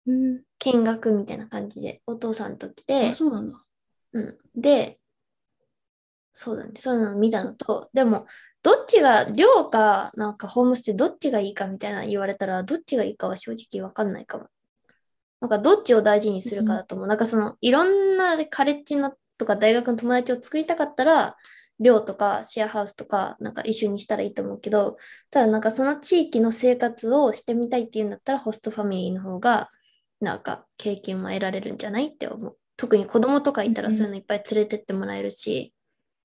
B: うん。
A: 見学みたいな感じで、お父さんと来て
B: あ、、そうなんだ。
A: うん、で、そうだね、そういうのを見たのと、でも、どっちが、寮か、なんかホームステイ、どっちがいいかみたいな言われたら、どっちがいいかは正直わかんないかも。なんか、どっちを大事にするかだと思う。なんか、その、いろんなカレッジのとか大学の友達を作りたかったら、寮とかシェアハウスとか、なんか一緒にしたらいいと思うけど、ただ、なんかその地域の生活をしてみたいっていうんだったら、ホストファミリーの方が、なんか経験も得られるんじゃないって思う。特に子供とかいたら
B: うんうん
A: そういうのいっぱい連れてってもらえるし、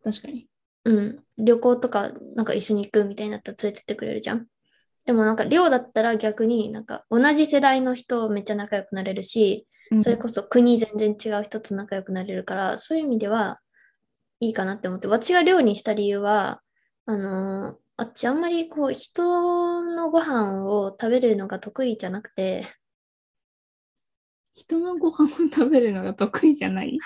B: 確かに。
A: うん、旅行とかなんか一緒に行くみたいになったら連れてってくれるじゃん。でもなんか寮だったら逆になんか同じ世代の人めっちゃ仲良くなれるし、それこそ国全然違う人と仲良くなれるから、そういう意味ではいいかなって思って、私が寮にした理由は、あのーあっちあんまりこう人のご飯を食べるのが得意じゃなくて、
B: 人のご飯を食べるのが得意じゃない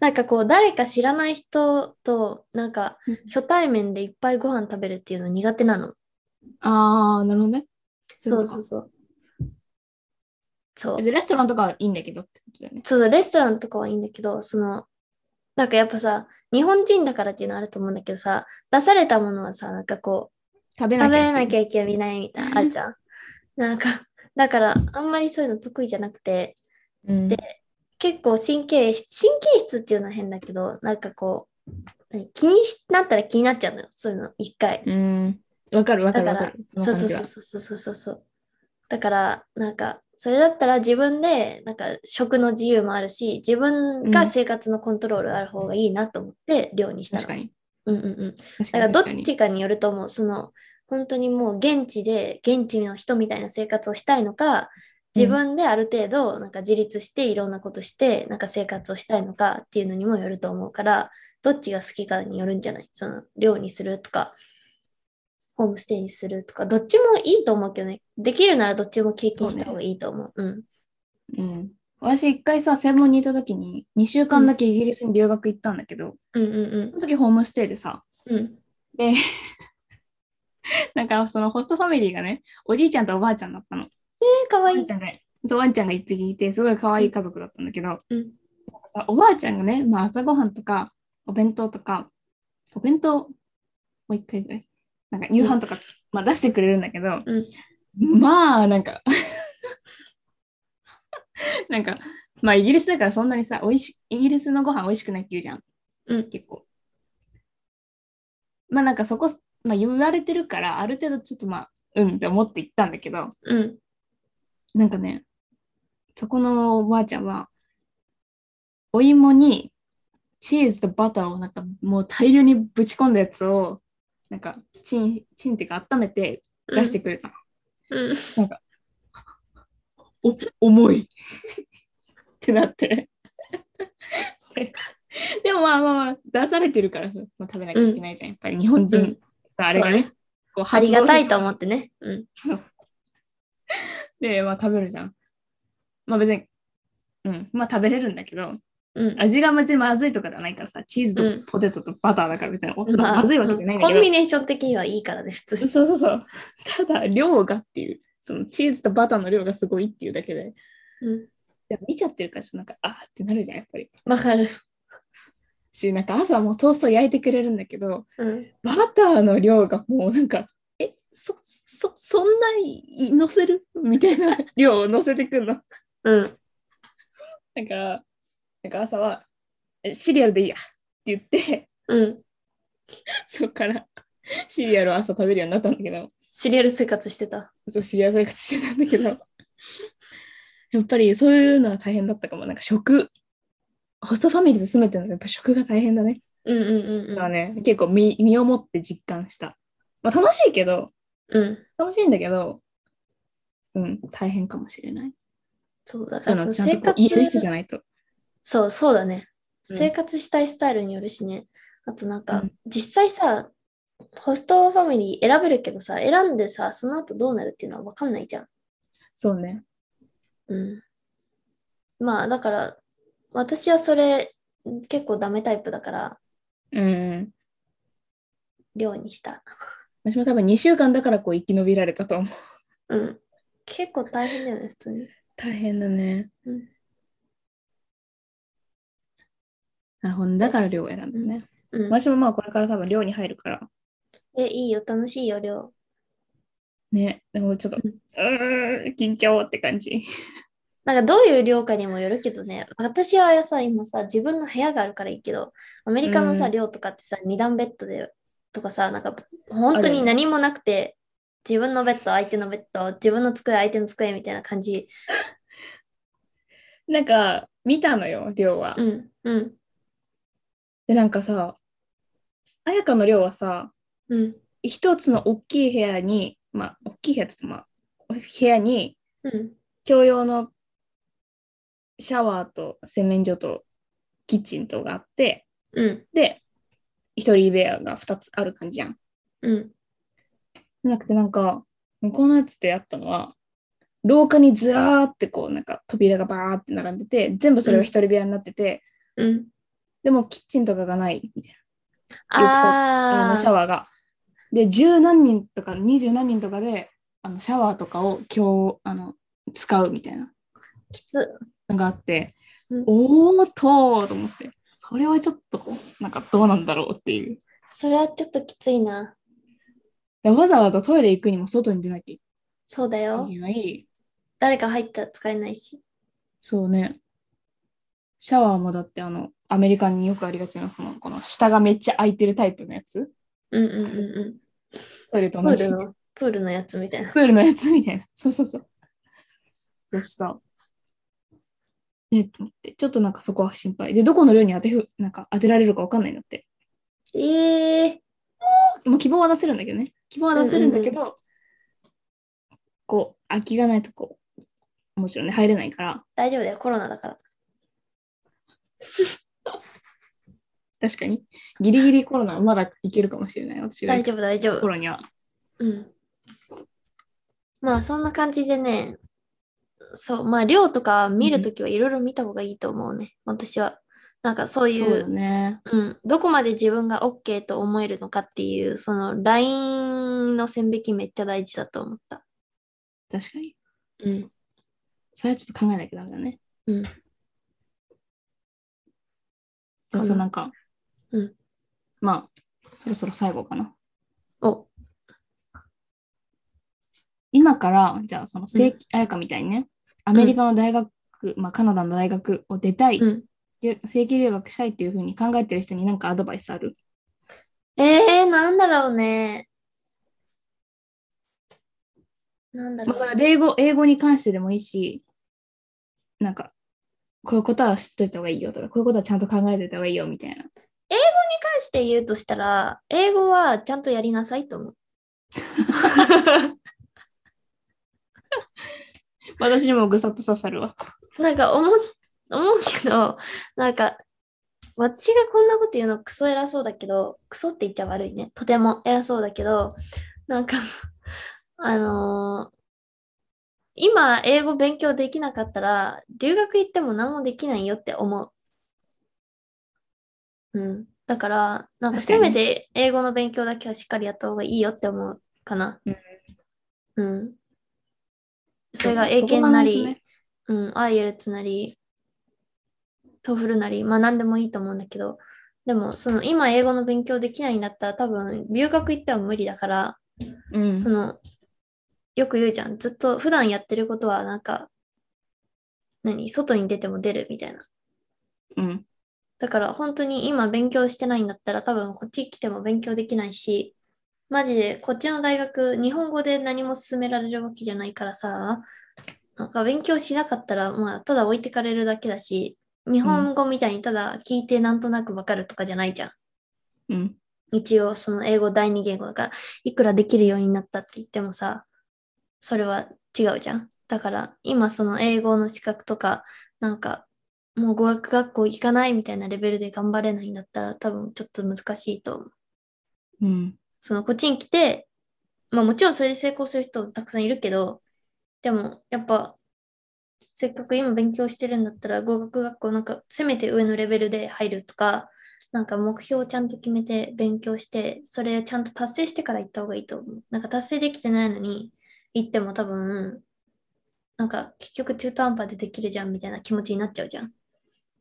A: なんかこう誰か知らない人となんか
B: うん
A: 初対面でいっぱいご飯食べるっていうの苦手なの。
B: ああ、なるほどね。
A: そうそうう
B: いうこ
A: そう。そう
B: とか。別にレストランとかはいいんだけどってことだよね。
A: そうそうレストランとかはいいんだけど、その、なんかやっぱさ、日本人だからっていうのあると思うんだけどさ、出されたものはさ、なんかこ
B: 食べ
A: う、
B: な
A: 食
B: きゃ。
A: べなきゃいけないみたいな、あるじゃん。なんか、だからあんまりそういうの得意じゃなくて、
B: うん
A: で結構神経質、神経質っていうのは変だけど、なんかこう、何気にしなったら気になっちゃうのよ、そういうの、一回。
B: うん。わかるわか
A: だ
B: る
A: か
B: わからる。、
A: そうそう
B: の感じ
A: そ
B: は
A: うそうそうそうそう。だから、なんか、それだったら自分で、なんか、食の自由もあるし、自分
B: う
A: が
B: ん
A: 生活のコントロールある方がいいなと思って、量にしたの。
B: 確かに。
A: うんうんうん。
B: 確
A: だから
B: かに。
A: どっ
B: 確かに
A: ちかによると思う。その本当にもう現地で現地の人みたいな生活をしたいのか、自分である程度なんか自立していろんなことしてなんか生活をしたいのかっていうのにもよると思うから、どっちが好きかによるんじゃないその寮にするとか、ホームステイにするとか、どっちもいいと思うけどね。できるならどっちも経験した方がいいと思う。うん。
B: うん。私、一回さ、専門にいたときに、2週間だけイギリスに留学行ったんだけど、
A: うんうん
B: その時ホームステイでさ、
A: うん。うん。
B: で、 なんかそのホストファミリーがね、おじいちゃんとおばあちゃんだったの。
A: えー、かわ
B: ワ
A: い
B: ン
A: い
B: ち。ゃんが、そう、ワンちゃんが一匹いて、すごい可愛い家族だったんだけど、
A: うん。
B: さおばあちゃんがね、まあ、朝ごはんとか、お弁当とか、お弁当、もう一回ぐらい、なんか夕飯とか、まあ、出してくれるんだけど、
A: うん
B: まあ、なんか、なんか、まあ、イギリスだからそんなにさ、おいしイギリスのご飯おいしくないって言うじゃん、
A: うん。
B: 結構。まあ、なんかそこ、まあ、言われてるから、ある程度ちょっとまあ、うんって思って行ったんだけど、
A: うん。
B: なんかね、そこのおばあちゃんは、お芋にチーズとバターをなんかもう大量にぶち込んだやつを、なんかチン、チンっていうか温めて出してくれた。
A: うん。
B: お、重い ってなって。 ででもまあまあまあ、出されてるからさ、まあ、食べなきゃいけないじゃん。やっぱり日本
A: う
B: 人
A: ん
B: のあれがね、
A: そう
B: こう
A: ありがたいと
B: っ
A: 思ってね。うん。
B: て、まあ食べるじゃん。まあ別に、うん、まあ食べれるんだけど、
A: うん。
B: 味が別にまずいとかじゃないからさ、チーズ
A: うん
B: とポテトとバターだから別におそらく
A: まあ
B: まずいわけじゃないんだ
A: コ
B: け
A: ン
B: ど、
A: ビネーション的にはいいからね、普通に。
B: そうそうそう。ただ量がっていう、そのチーズとバターの量がすごいっていうだけで、
A: うん
B: でも見ちゃってるからちょっとなんか、あーってなるじゃん、やっぱり。
A: わかる。
B: し、なんか朝もうトースト焼いてくれるんだけど、
A: うん。
B: バターの量がもうなんか、え、そ、そ、そんなに乗せるみたいな量を乗せてくるの。
A: うん。
B: だから、なんか朝は、えシリアルでいいやって言って、
A: うん。
B: そっからシリアルを朝食べるようになったんだけど、
A: シリアル生活してた。
B: そうシリアル生活してたんだけど、やっぱりそういうのは大変だったかも。なんか食ホストファミリーと住めてるのはやっぱ食が大変だね。
A: うんうんうん
B: だか
A: う
B: ら
A: ん。
B: ね、結構身身をもって実感した。まあ楽しいけど、
A: うん。
B: 楽しいんだけど、うん、大変かもしれない。
A: そう、だか
B: そう
A: ら
B: いう
A: そ
B: の
A: の
B: ちゃ
A: 生
B: んとこう
A: 活
B: 言える人じゃないと。
A: そう、そうだね。
B: うん
A: 生活したいスタイルによるしね。あとなんか、
B: うん
A: 実際さ、ホストファミリー選べるけどさ、選んでさ、その後どうなるっていうのは分かんないじゃん。
B: そうね。
A: うん。まあ、だから、私はそれ、結構ダメタイプだから、
B: うん。
A: 寮にした。
B: 私も多分2週間だからこう生き延びられたと思う。
A: うん。結構大変だよね、普通に。
B: 大変だね。
A: うん
B: なるほどね。だから寮を選んだね。
A: うん。
B: 私もまあこれから多分寮に入るから。
A: え、いいよ、楽しいよ、寮。
B: ね。でもちょっと、
A: う
B: うーん、緊張って感じ。
A: なんかどういう寮かにもよるけどね、私はさ、今さ、自分の部屋があるからいいけど、アメリカのさ、
B: うん
A: 寮とかってさ、二段ベッドでとかさ、なんか本当
B: あるよ
A: に
B: ね
A: 何もなくて、自分のベッド、相手のベッド、自分の机、相手の机みたいな感じ。
B: なんか、見たのよ、寮は。
A: うん、うん、
B: で、なんかさ、綾香の寮はさ、
A: うん、
B: 一つの大きい部屋に、まあ、大きい部屋って言ってもまあ、部屋に、
A: うん、
B: 共用のシャワーと洗面所とキッチンとがあって、
A: うん、
B: で、一人部屋が2つある感じじゃん。
A: うん。
B: じゃなくてなんか、向こうのやつであったのは、廊下にずらーってこう、なんか扉がバーって並んでて、全部それが一人部屋になってて、
A: うん、
B: でもキッチンとかがないみたいな、
A: あ
B: あのシャ
A: ー
B: ワーが。で、十何人とか二十何人とかで、あのシャワーとかを今日、あの、使うみたいな
A: きつ。
B: のがあって、
A: うん
B: おーっとーと思って、それはちょっとこう、なんかどうなんだろうっていう。
A: それはちょっときついな。
B: でわざわざトイレ行くにも外に出なきゃい
A: そうだよ。
B: けない。
A: 誰か入ったら使えないし。
B: そうね。シャワーもだってあの、アメリカによくありがちな、その、この下がめっちゃ空いてるタイプのやつ。
A: うん、うん、うん、うん。
B: トイレと
A: プ
B: 同じ。
A: ールの、プールのやつみたいな。
B: プールのやつみたいな。 そうそうそう。でした。えっと思って、ちょっとなんかそこは心配。で、どこの量に当てふ、なんか当てられるかわかんないんだって。
A: ええ
B: もう希望は出せるんだけどね。希望は出せるんだけど、こう、空きがないとこう、もちろんね、入れないから、
A: 大丈夫だよ、コロナだから。
B: 確かに、ギリギリコロナまだいけるかもしれない。私が
A: 大
B: 行く
A: 丈夫、大丈
B: と
A: 夫
B: こ。ろには。
A: うん。まあ、そんな感じでね、そう、まあ、量とか見るときはいろいろ見た方がいいと思うね、私は。なんかそうい
B: そうだ
A: う、
B: ね。
A: うん、どこまで自分が OK と思えるのかっていう、そのラインの線引きめっちゃ大事だと思った。
B: 確かに。
A: うん。
B: それはちょっと考えなきゃダメだね。
A: うん
B: じゃあ
A: か
B: さ、
A: な
B: なんか、
A: うん。
B: まあ、そろそろ最後かな。
A: お、
B: 今から、じゃあ、その正規、彩香みたいにね、アメリカの大学、まあ、カナダの大学を出たい、
A: うん。
B: 留正規留学したいっていうふうに考えてる人に何かアドバイスある
A: えー、なんだろうね。なんだろ。
B: まあ、そうれは英語、英語に関してでもいいし、なんか、こういうことは知っといた方がいいよとか、こういうことはちゃんと考えておいた方がいいよみたいな。
A: 対して言うとしたら、英語はちゃんとやりなさいと思う。
B: 私にもぐさっと刺さるわ。
A: なんか思う思うけど、なんか、私がこんなこと言うのクソ偉そうだけど、クソって言っちゃ悪いね。とても偉そうだけど、なんか、 あのー今、英語勉強できなかったら、留学行っても何もできないよって思う。うん。だから、なんか
B: 確か
A: せ
B: にね
A: めて英語の勉強だけはしっかりやった方がいいよって思うかな。うん。それが英検なり、うん、アイエルツなり、トフルなり、まあ何でもいいと思うんだけど、でも、その今英語の勉強できないんだったら多分留学行っては無理だから、
B: うん
A: その、よく言うじゃん。ずっと普段やってることはなんか、何外に出ても出るみたいな。
B: うん。
A: だから本当に今勉強してないんだったら多分こっち来ても勉強できないし、マジでこっちの大学、日本語で何も勧められるわけじゃないからさ、なんか勉強しなかったら、まあ、ただ置いてかれるだけだし、日本語みたいにただ聞いてなんとなくわかるとかじゃないじゃん。
B: うん。
A: 一応その英語第二言語だからいくらできるようになったって言ってもさそれは違うじゃんだから今その英語の資格とかなんかもう語学学校行かないみたいなレベルで頑張れないんだったら多分ちょっと難しいと思う
B: うん。
A: そのこっちに来てまあもちろんそれで成功する人たくさんいるけどでもやっぱせっかく今勉強してるんだったら語学学校なんかせめて上のレベルで入るとかなんか目標をちゃんと決めて勉強してそれちゃんと達成してから行った方がいいと思うなんか達成できてないのに行っても多分なんか結局中途半端でできるじゃんみたいな気持ちになっちゃうじゃん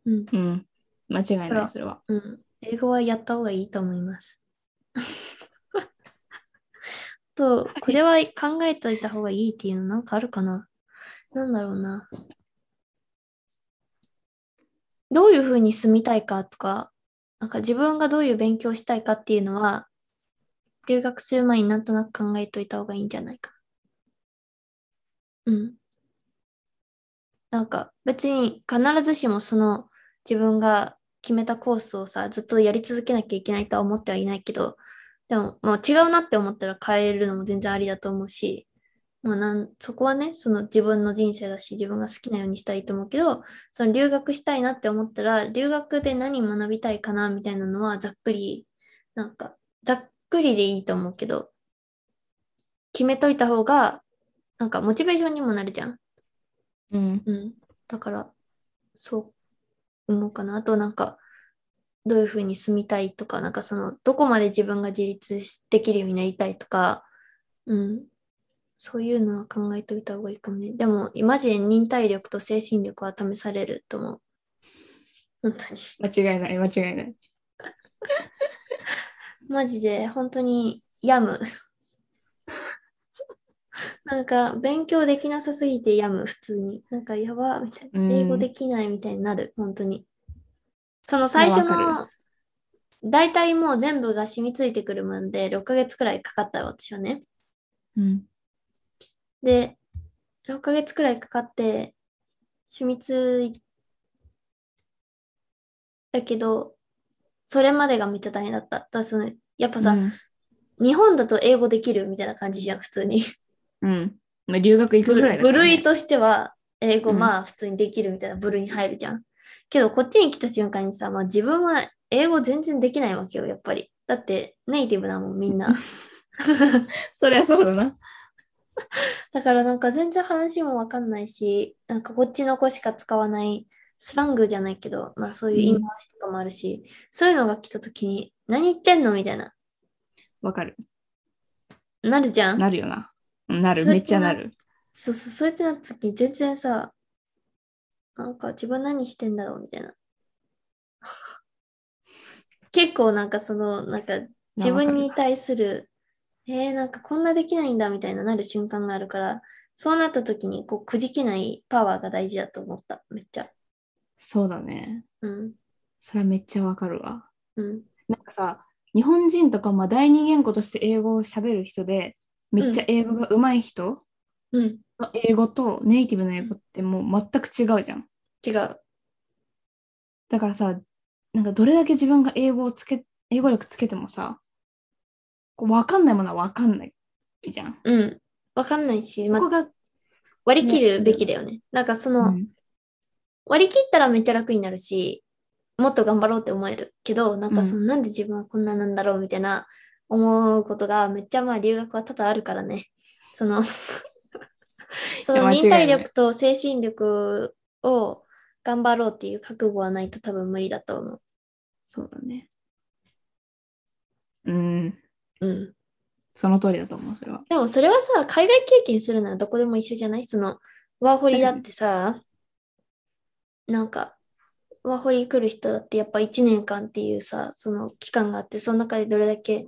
A: うん
B: うん。間違い
A: ほ
B: ない、
A: ら
B: それは。
A: うん、英語はやった方がいいと思います。 と、これは考えといた方がいいっていうのなんかあるかななんだろうな。どういうふうに住みたいかとか、なんか自分がどういう勉強したいかっていうのは、留学する前になんとなく考えといた方がいいんじゃないかな。うん。なんか別に必ずしもその自分が決めたコースをさずっとやり続けなきゃいけないとは思ってはいないけどでも、まあ、違うなって思ったら変えるのも全然ありだと思うし、まあ、なんそこはねその自分の人生だし自分が好きなようにしたいと思うけどその留学したいなって思ったら留学で何学びたいかなみたいなのはざっくりなんかざっくりでいいと思うけど決めといた方がなんかモチベーションにもなるじゃん。
B: うん。
A: うん、だからそう思うかなあとなんかどういうふうに住みたいとかなんかそのどこまで自分が自立しできるようになりたいとか、うん、そういうのは考えておいた方がいいかもねでもマジで忍耐力と精神力は試されると思う本当に
B: 間違いない、間違いない。
A: マジで本当に病む。 なんか勉強できなさすぎて病む普通に。なんかやばみたいな。
B: うん
A: 英語できないみたいになる、本当に。その最初
B: いやわ
A: の、大体もう全部が染みついてくるもんで、6ヶ月くらいかかった私はね。
B: うん。
A: で、6ヶ月くらいかかって、染みついだけど、それまでがめっちゃ大変だった。だからそのやっぱさ、
B: うん
A: 日本だと英語できるみたいな感じじゃん、普通に。
B: うん。まあ、留学行く
A: 部
B: ぐらいだからね
A: 類としては、英語
B: うん
A: まあ普通にできるみたいな部類に入るじゃん。けどこっちに来た瞬間にさ、まあ自分は英語全然できないわけよ、やっぱり。だってネイティブなもん、みん な。
B: そりゃそうだな。
A: だからなんか全然話もわかんないし、なんかこっちの子しか使わないスラングじゃないけど、まあそういう言い回しとかもあるし、そういうのが来た時に、何言ってんのみたいな、
B: わかる。
A: なるじゃん。
B: なるよな。うんなる、
A: それ
B: めっちゃなる。
A: そうそう、そうやってなった時に全然さ、なんか自分何してんだろうみたいな。 結構なんかその、なんか自分に対する、えー、なんかこんなできないんだみたいななる瞬間があるから、そうなった時にこうくじけないパワーが大事だと思った、めっちゃ。
B: そうだね。
A: うん、
B: それはめっちゃわかるわ。
A: うん、
B: なんかさ、日本人とか、まあ、第二言語として英語を喋る人で、めっちゃ英語が上手い人
A: うん、
B: の英語とネイティブの英語ってもう全く違うじゃん。
A: 違う。
B: だからさ、なんかどれだけ自分が英語をつけ、英語力つけてもさ、こうわかんないものはわかんないじゃん。
A: うん。わかんないし、ま
B: ここが、
A: 割り切るべきだよね。なんかその、
B: うん
A: 割り切ったらめっちゃ楽になるしもっと頑張ろうって思えるけどなんかその、なんで自分はこんななんだろうみたいな思うことがめっちゃまあ留学は多々あるからねそ のその
B: 間違いない
A: 忍耐力と精神力を頑張ろうっていう覚悟はないと多分無理だと思
B: そうだね。うん、
A: う、うん、
B: その通りだと思う、それは。
A: でもそれはさ海外経験するならどこでも一緒じゃないそのワーホリだってさなんかワーホリ来る人だってやっぱ1年間っていうさその期間があってその中でどれだけ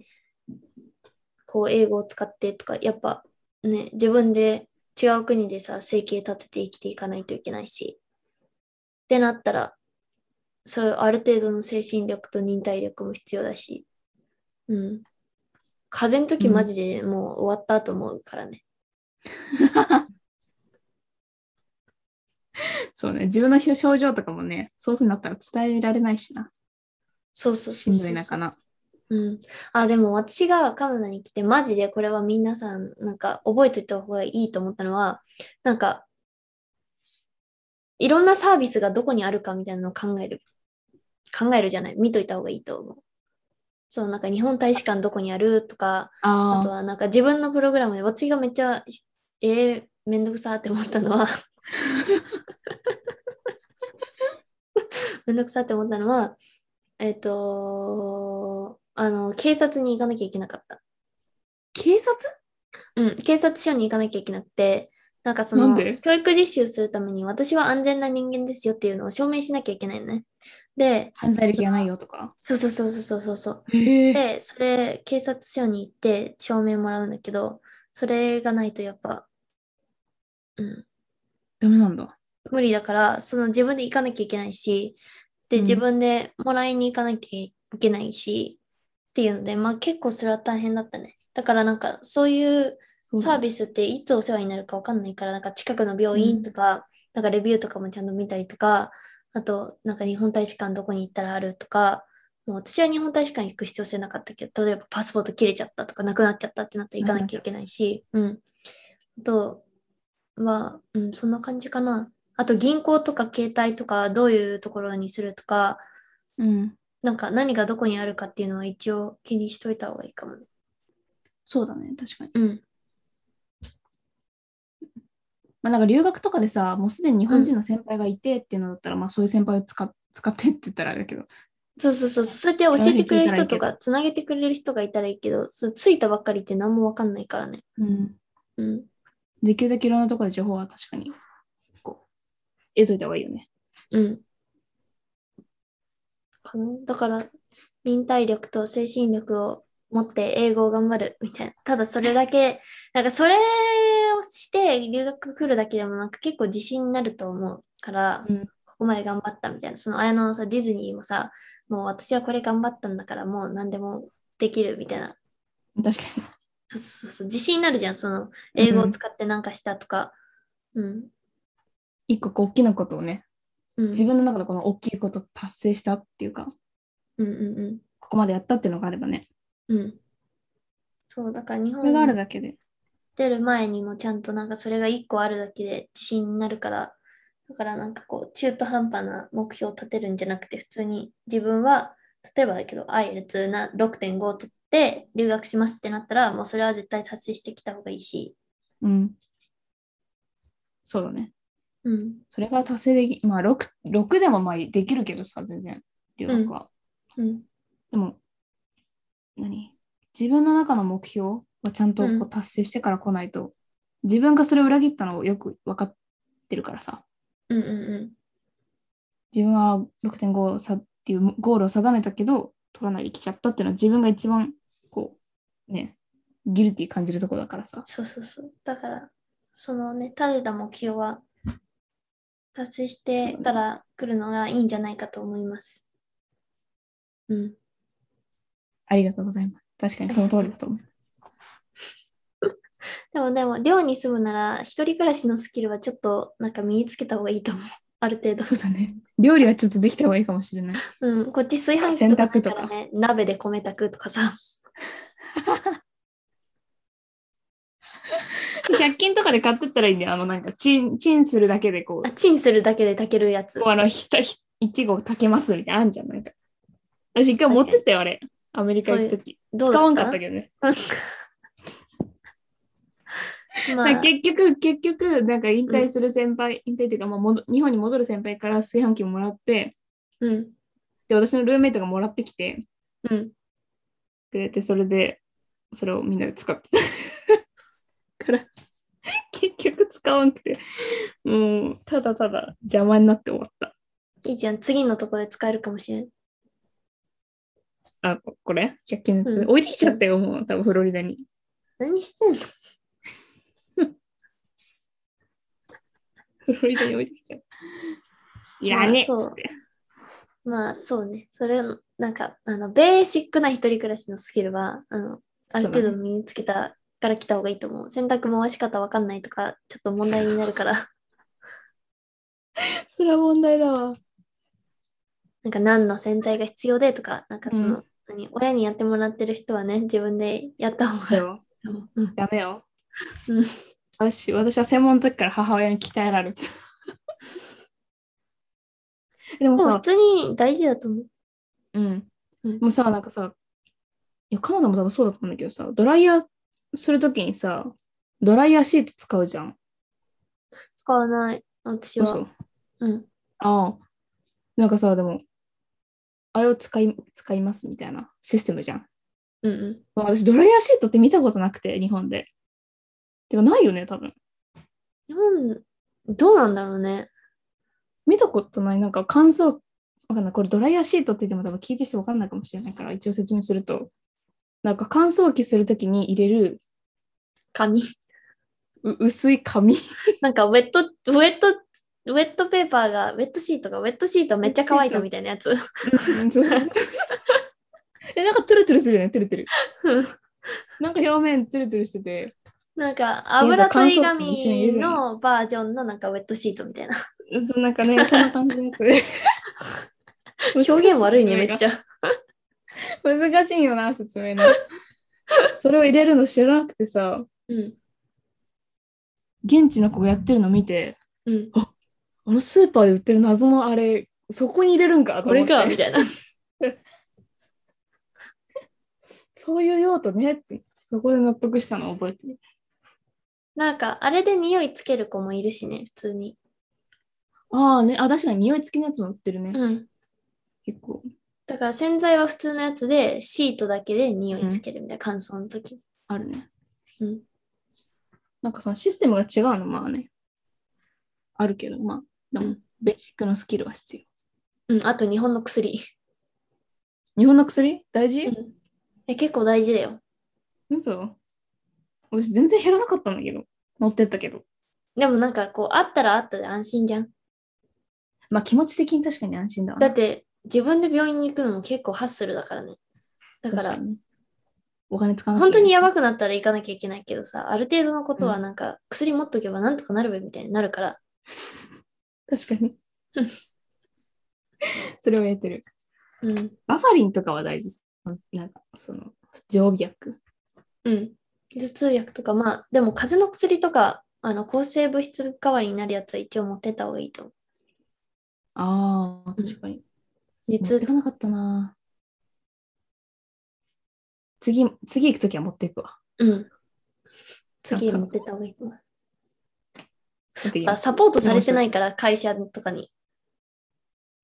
A: こう英語を使ってとかやっぱね自分で違う国でさ生計立てて生きていかないといけないしってなったらそういうある程度の精神力と忍耐力も必要だしうん風邪の時
B: うん
A: マジでもう終わったと思うからね、
B: そうね、自分の症状とかもね、そういうふうになったら伝えられないしな。
A: そうそう
B: し
A: そうんそう
B: どいなかな。
A: うん。あ、でも私がカナダに来て、マジでこれは皆さん、なんか覚えておいた方がいいと思ったのは、なんか、いろんなサービスがどこにあるかみたいなのを考える。考えるじゃない。見といた方がいいと思う。そう、なんか日本大使館どこにあるとか、あ
B: あ
A: と
B: あ、
A: はなんか自分のプログラムで、私がめっちゃ、えー、めんどくさーって思ったのは めんどくさーって思ったのは、えっ、とあの、警察に行かなきゃいけなかった。
B: 警察
A: うん、警察署に行かなきゃいけなくて、なんかそ
B: なん
A: の
B: で、
A: 教育実習するために私は安全な人間ですよっていうのを証明しなきゃいけないのね。で、
B: 犯罪歴がないよとか。
A: そうそうそうそうそうそう。
B: へえ。
A: で、それ、警察署に行って証明もらうんだけど、それがないとやっぱ、うん、
B: ダメなんだ。
A: 無理だから、その自分で行かなきゃいけないし、
B: う
A: で、
B: ん
A: 自分でもらいに行かなきゃいけないし、っていうので、まあ結構それは大変だったね。だからなんか、そういうサービスっていつお世話になるかわかんないから、なんか近くの病院とか、なんかレビューとかもちゃんと見たりとか、あと、なんか日本大使館どこに行ったらあるとか、もう私は日本大使館行く必要性なかったけど、例えばパスポート切れちゃったとか、なくなっちゃったってなったら行かなきゃいけないし、うん。あとは、うん、そんな感じかな。あと銀行とか携帯とか、どういうところにするとか、
B: うん。
A: なんか何がどこにあるかっていうのは一応気にしといた方がいいかもね。
B: そうだね、確かに。
A: うん。
B: まあなんか留学とかでさ、もうすでに日本人の先輩がいてっていうのだったら、まあそういう先輩を使っ 使ってって言ったらあれだけど。
A: そうそうそうそう。そうやって教えてくれる人とか、つなげてくれる人がいたらいいけど、そうついたばっかりって何もわかんないからね。
B: うん。
A: うん。
B: できるだけいろんなところで情報は確かに、こう、得といた方がいいよね。
A: うん。かなだから、忍耐力と精神力を持って英語を頑張るみたいな。ただそれだけ、 なんかそれをして留学来るだけでもなんか結構自信になると思うから、
B: うん
A: ここまで頑張ったみたいな。その綾野のさ、ディズニーもさ、もう私はこれ頑張ったんだからもう何でもできるみたいな。
B: 確かに。
A: そうそうそう、自信になるじゃん、その英語を使ってなんかしたとか。うん。
B: 一個こう大きなことをね、
A: うん。
B: 自分の中でこの大きいこと達成したっていうか、
A: うんうん
B: ここまでやったっていうのがあればね、
A: うん。うん。そう、だから日
B: こ
A: 本
B: れがある
A: に
B: だけで。
A: 出る前にもちゃんとなんかそれが1個あるだけで自信になるから、だからなんかこう、中途半端な目標を立てるんじゃなくて、普通に自分は、例えばだけど、IELTS な6.5を取って留学しますってなったら、もうそれは絶対達成してきた方がいいし。
B: うん。そうだね。
A: うん。
B: それが達成でき、まあ 6, 6でもまあできるけどさ、全然、留学は。
A: うん。
B: でも、何自分の中の目標をちゃんとこ
A: う
B: うん達成してから来ないと、自分がそれを裏切ったのをよく分かってるからさ、
A: うんうん
B: 自分は6.5さっていうゴールを定めたけど、取らないで来ちゃったっていうのは自分が一番、こう、ね、ギルティ感じるとこだからさ。
A: そうそうそう。だから、そのね、立てた目標は達成してから来るのがいいんじゃないかと思います。うん。
B: ありがとうございます。確かにその通りだと思う。
A: でもでも、寮に住むなら、一人暮らしのスキルはちょっとなんか身につけた方がいいと思う。 ある程度。
B: そうだね。料理はちょっとできた方がいいかもしれ ない。
A: うん。こっち炊飯器とかないから
B: 洗濯
A: ね、鍋で米炊くとかさ。
B: 100均とかで買ってったらいいんだよ。あの、なんかチン、チンするだけでこ
A: あ
B: う、
A: チンするだけで炊けるやつ
B: こう。あの、ひた、ひいちご炊けますみたいな、あんじゃん。なんか。私一回持ってったよ、あれ。アメリカ行くとき。
A: ど
B: 使
A: うだ
B: わ
A: っ
B: ん
A: た
B: かったけどね。
A: ま
B: なん
A: あ
B: か、 結局、結局、なんか引退する先輩、引退っていうか、まあ、戻日本に戻る先輩から炊飯器をもらって、
A: うん。
B: で、私のルーメイトがもらってきて
A: うん。
B: くれて、それで、それをみんなで使ってた。 から、結局使わんくて、もう、ただただ邪魔になって終わった。
A: いいじゃん。次のとこで使えるかもしれん。
B: あ、ここれ ?100 均のやつ、
A: うん
B: 置いてきちゃったよ、もう、多分フロリダに。
A: 何してんの
B: フロリダに置いてきち ゃった。いらねえっ
A: まあ
B: つ
A: そう
B: って。
A: まあそうね、それなんかあのベーシックな一人暮らしのスキルはあのある程
B: そう
A: 度
B: だ
A: 身につけたから来た方がいいと思う。洗濯回し方わかんないとかちょっと問題になるから。
B: それは問題だわ。
A: なんか何の洗剤が必要でとか、なんかその、
B: う
A: 何親にやってもらってる人はね、自分でやった方がいい
B: よ。
A: と思う。うん
B: ダメよ
A: うん。
B: 私、私は専門の時から母親に鍛えられて。 でも
A: でも
B: さ
A: 普、通に大事だと思う。
B: うん。
A: うん
B: もうさ、なんかさ、いや、カナダも多分そうだったんだけどさ、ドライヤーするときにさ、ドライヤーシート使うじゃん。
A: 使わない、私
B: そ
A: は。
B: う
A: うん。
B: ああ。なんかさ、でも、あれを使い使いますみたいなシステムじゃん。
A: うんうん。
B: まあ私、ドライヤーシートって見たことなくて、日本で。てか、ないよね、多分。
A: 日本、どうなんだろうね。
B: 見たことない、なんか乾燥、わかんない。これドライヤーシートって言っても多分聞いてる人わかんないかもしれないから、一応説明すると、なんか乾燥機するときに入れる
A: 紙。
B: う薄い紙。
A: なんかウェット、ウェット、ウェットペーパーが、ウェットシートが、ウェットシートめっちゃ乾いたみたいなや つ。
B: え、なんかトゥルトゥルするよね、トゥルトゥル。
A: うん
B: なんか表面トゥルトゥルしてて、
A: なんか油
B: 乾燥
A: 取
B: 機
A: り
B: に一緒に入れる
A: 紙
B: よね
A: のバージョンのなんかウェットシートみたいな。
B: そうなんか ね、そんな感じのやつ。
A: 表現悪いね、めっち
B: ゃ。
A: ゃ。
B: 難しいよな、説 明の。それを入れるの知らなくてさ、
A: うん。
B: 現地の子がやってるの見て、
A: うん。
B: あのスーパーで売ってる謎のあれ、そこに入れるんかと
A: こ
B: 思
A: れ
B: って。
A: か、みたいな。
B: そういう用途ねって、そこで納得したのを覚えてる。
A: なんか、あれで匂いつける子もいるしね、普通に。
B: ああね、あ、確かに匂い付きのやつも売ってるね。
A: うん。
B: 結構。
A: だから洗剤は普通のやつで、シートだけで匂いつけるみたいな、乾燥の時。
B: あるね。
A: うん。
B: なんかそのシステムが違うの、まあね。あるけど、まあ、で
A: う
B: も
A: ん、
B: ベーシックのスキルは必要。
A: うん、あと日本の薬。
B: 日本の薬大事、
A: うんえ結構大事だよ。
B: 嘘私全然減らなかったんだけど。持ってったけど。
A: でもなんかこう、あったらあったで安心じゃん。
B: まあ気持ち的に確かに安心だわ
A: だ
B: な。
A: って、自分で病院に行くのも結構ハッスルだからね。だか
B: 確
A: ら
B: に、ね。お金使わな
A: 本当にや
B: ば
A: ばくなったら行かなきゃいけないけどさ、ある程度のことはなんか、薬持っとけばなんとかなるべみたいになるから、
B: 確かに
A: うん。
B: それをやってる。
A: うん、
B: バファリンとかは大事。なんか、その、常備薬。
A: うん。頭痛薬とか、まあ、でも風邪の薬とか、あの抗生物質代わりになるやつは一応持ってった方がいいと思う。
B: ああ、
A: うん
B: 確かに。持
A: 熱
B: ってかなかったな。次、次行くときは持っていくわ。
A: うん。次持ってった方がいいと思う。
B: 持ってきま
A: あ
B: す
A: サポートされてないから、会社とかに。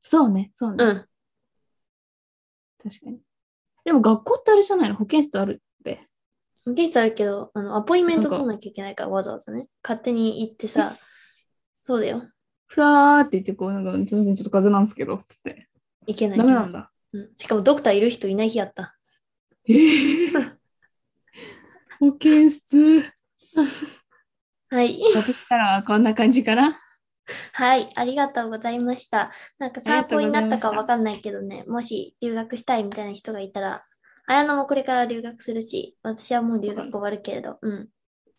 B: そうね、そうね。
A: うん。
B: 確かに。でも学校ってあれじゃないの保健室あるって。
A: 保健室あるけど、あのアポインメント取んなきゃいけないから、わざわざね。勝手に行ってさ、そうだよ。
B: ふらーって言って、こう、なんか、すいません、ちょっと風邪なんですけど、つって。
A: いけない
B: ダメなんだ。
A: うんしかもドクターいる人いない日やった。
B: えー、 保健室。
A: はい。
B: だとしたら、こんな感じかな。
A: はい、ありがとうございました。なんか
B: あ
A: 参
B: りがと
A: 考
B: う
A: にないったかわ
B: ござました
A: かんないけどね、もし留学したいみたいな人がいたら、綾乃もこれから留学するし、私はもう留学終わるけれど、うん。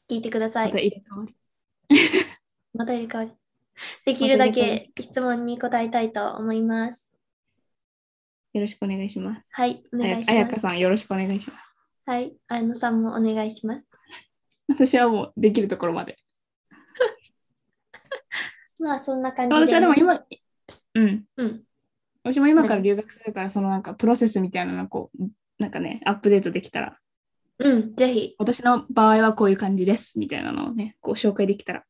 A: 聞いてくださ
B: また
A: い。
B: 入れ替わり。
A: また入れ替わり。できるだ
B: また入
A: け質問に答えたいと思います。
B: よろしくお願いします。
A: はい、お
B: あ
A: 願
B: や
A: い
B: あ
A: し
B: や
A: ま
B: か
A: す。
B: さん、よろしくお願いします。
A: はい、綾乃さんもお願いします。
B: 私はもう、できるところまで。
A: まあ、そんな感じ
B: 私はでも今、うん。
A: うん。
B: 私も今から留学するから、そのなんかプロセスみたいなのをこう、なんかね、アップデートできたら、
A: うん、ぜひ。
B: 私の場合はこういう感じです、みたいなのをね、こう紹介できたら。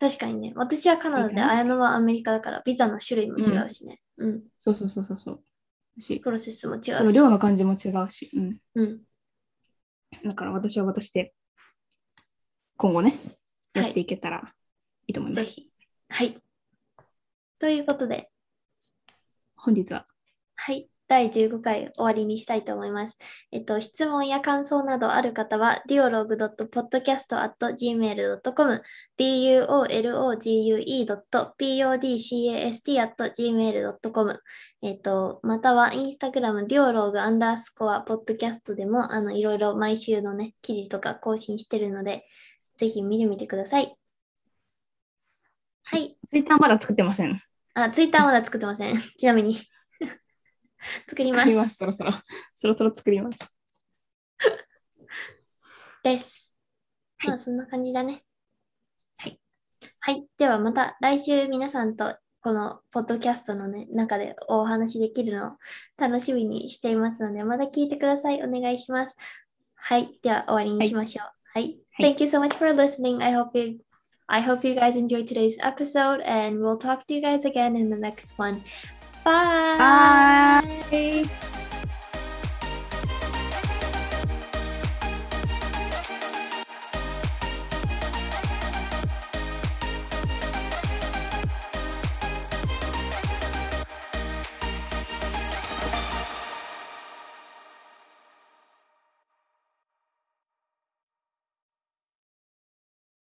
A: 確かにね、私はカナダ
B: いい
A: で、
B: かな
A: 綾乃はアメリカだから、ビザの種類も違うしね。うん。
B: そうそうそうそうそう。私、
A: プロセスも違うし。
B: 多分量の感じも違うし、うん。
A: うん。
B: だから私は私で、今後ね、
A: はい
B: やっていけたらいいと思います。
A: ぜひ。はい。ということで、
B: 本日は、
A: はい。第15回終わりにしたいと思います。えっと、質問や感想などある方は、dialogue.podcast.gmail.com、duologue.podcast.gmail.com、えっと、または、インスタグラム、dialogue アンダースコア、ポッドキャストでも、あの、いろいろ毎週のね、記事とか更新してるので、ぜひ見てみてください。はい。
B: ツイッターまだ作ってません。
A: あ、ツイッターまだ作ってません。 ちなみに。作りま
B: 作
A: す。
B: ります、そろそろ。そろそろ作ります。
A: です。
B: はい
A: まあ、そんな感じだね。
B: はい。
A: はい。では、また来週皆さんとこのポッドキャストの、ね、中でお話できるのを楽しみにしていますので、また聞いてください。お願いします。はい。では、終わりにしましょう。はい。
B: はい
A: Thank you so much for listening. I hope you I hope you guys enjoyed today's episode and we'll talk to you guys again in the next one. Bye.
B: Bye.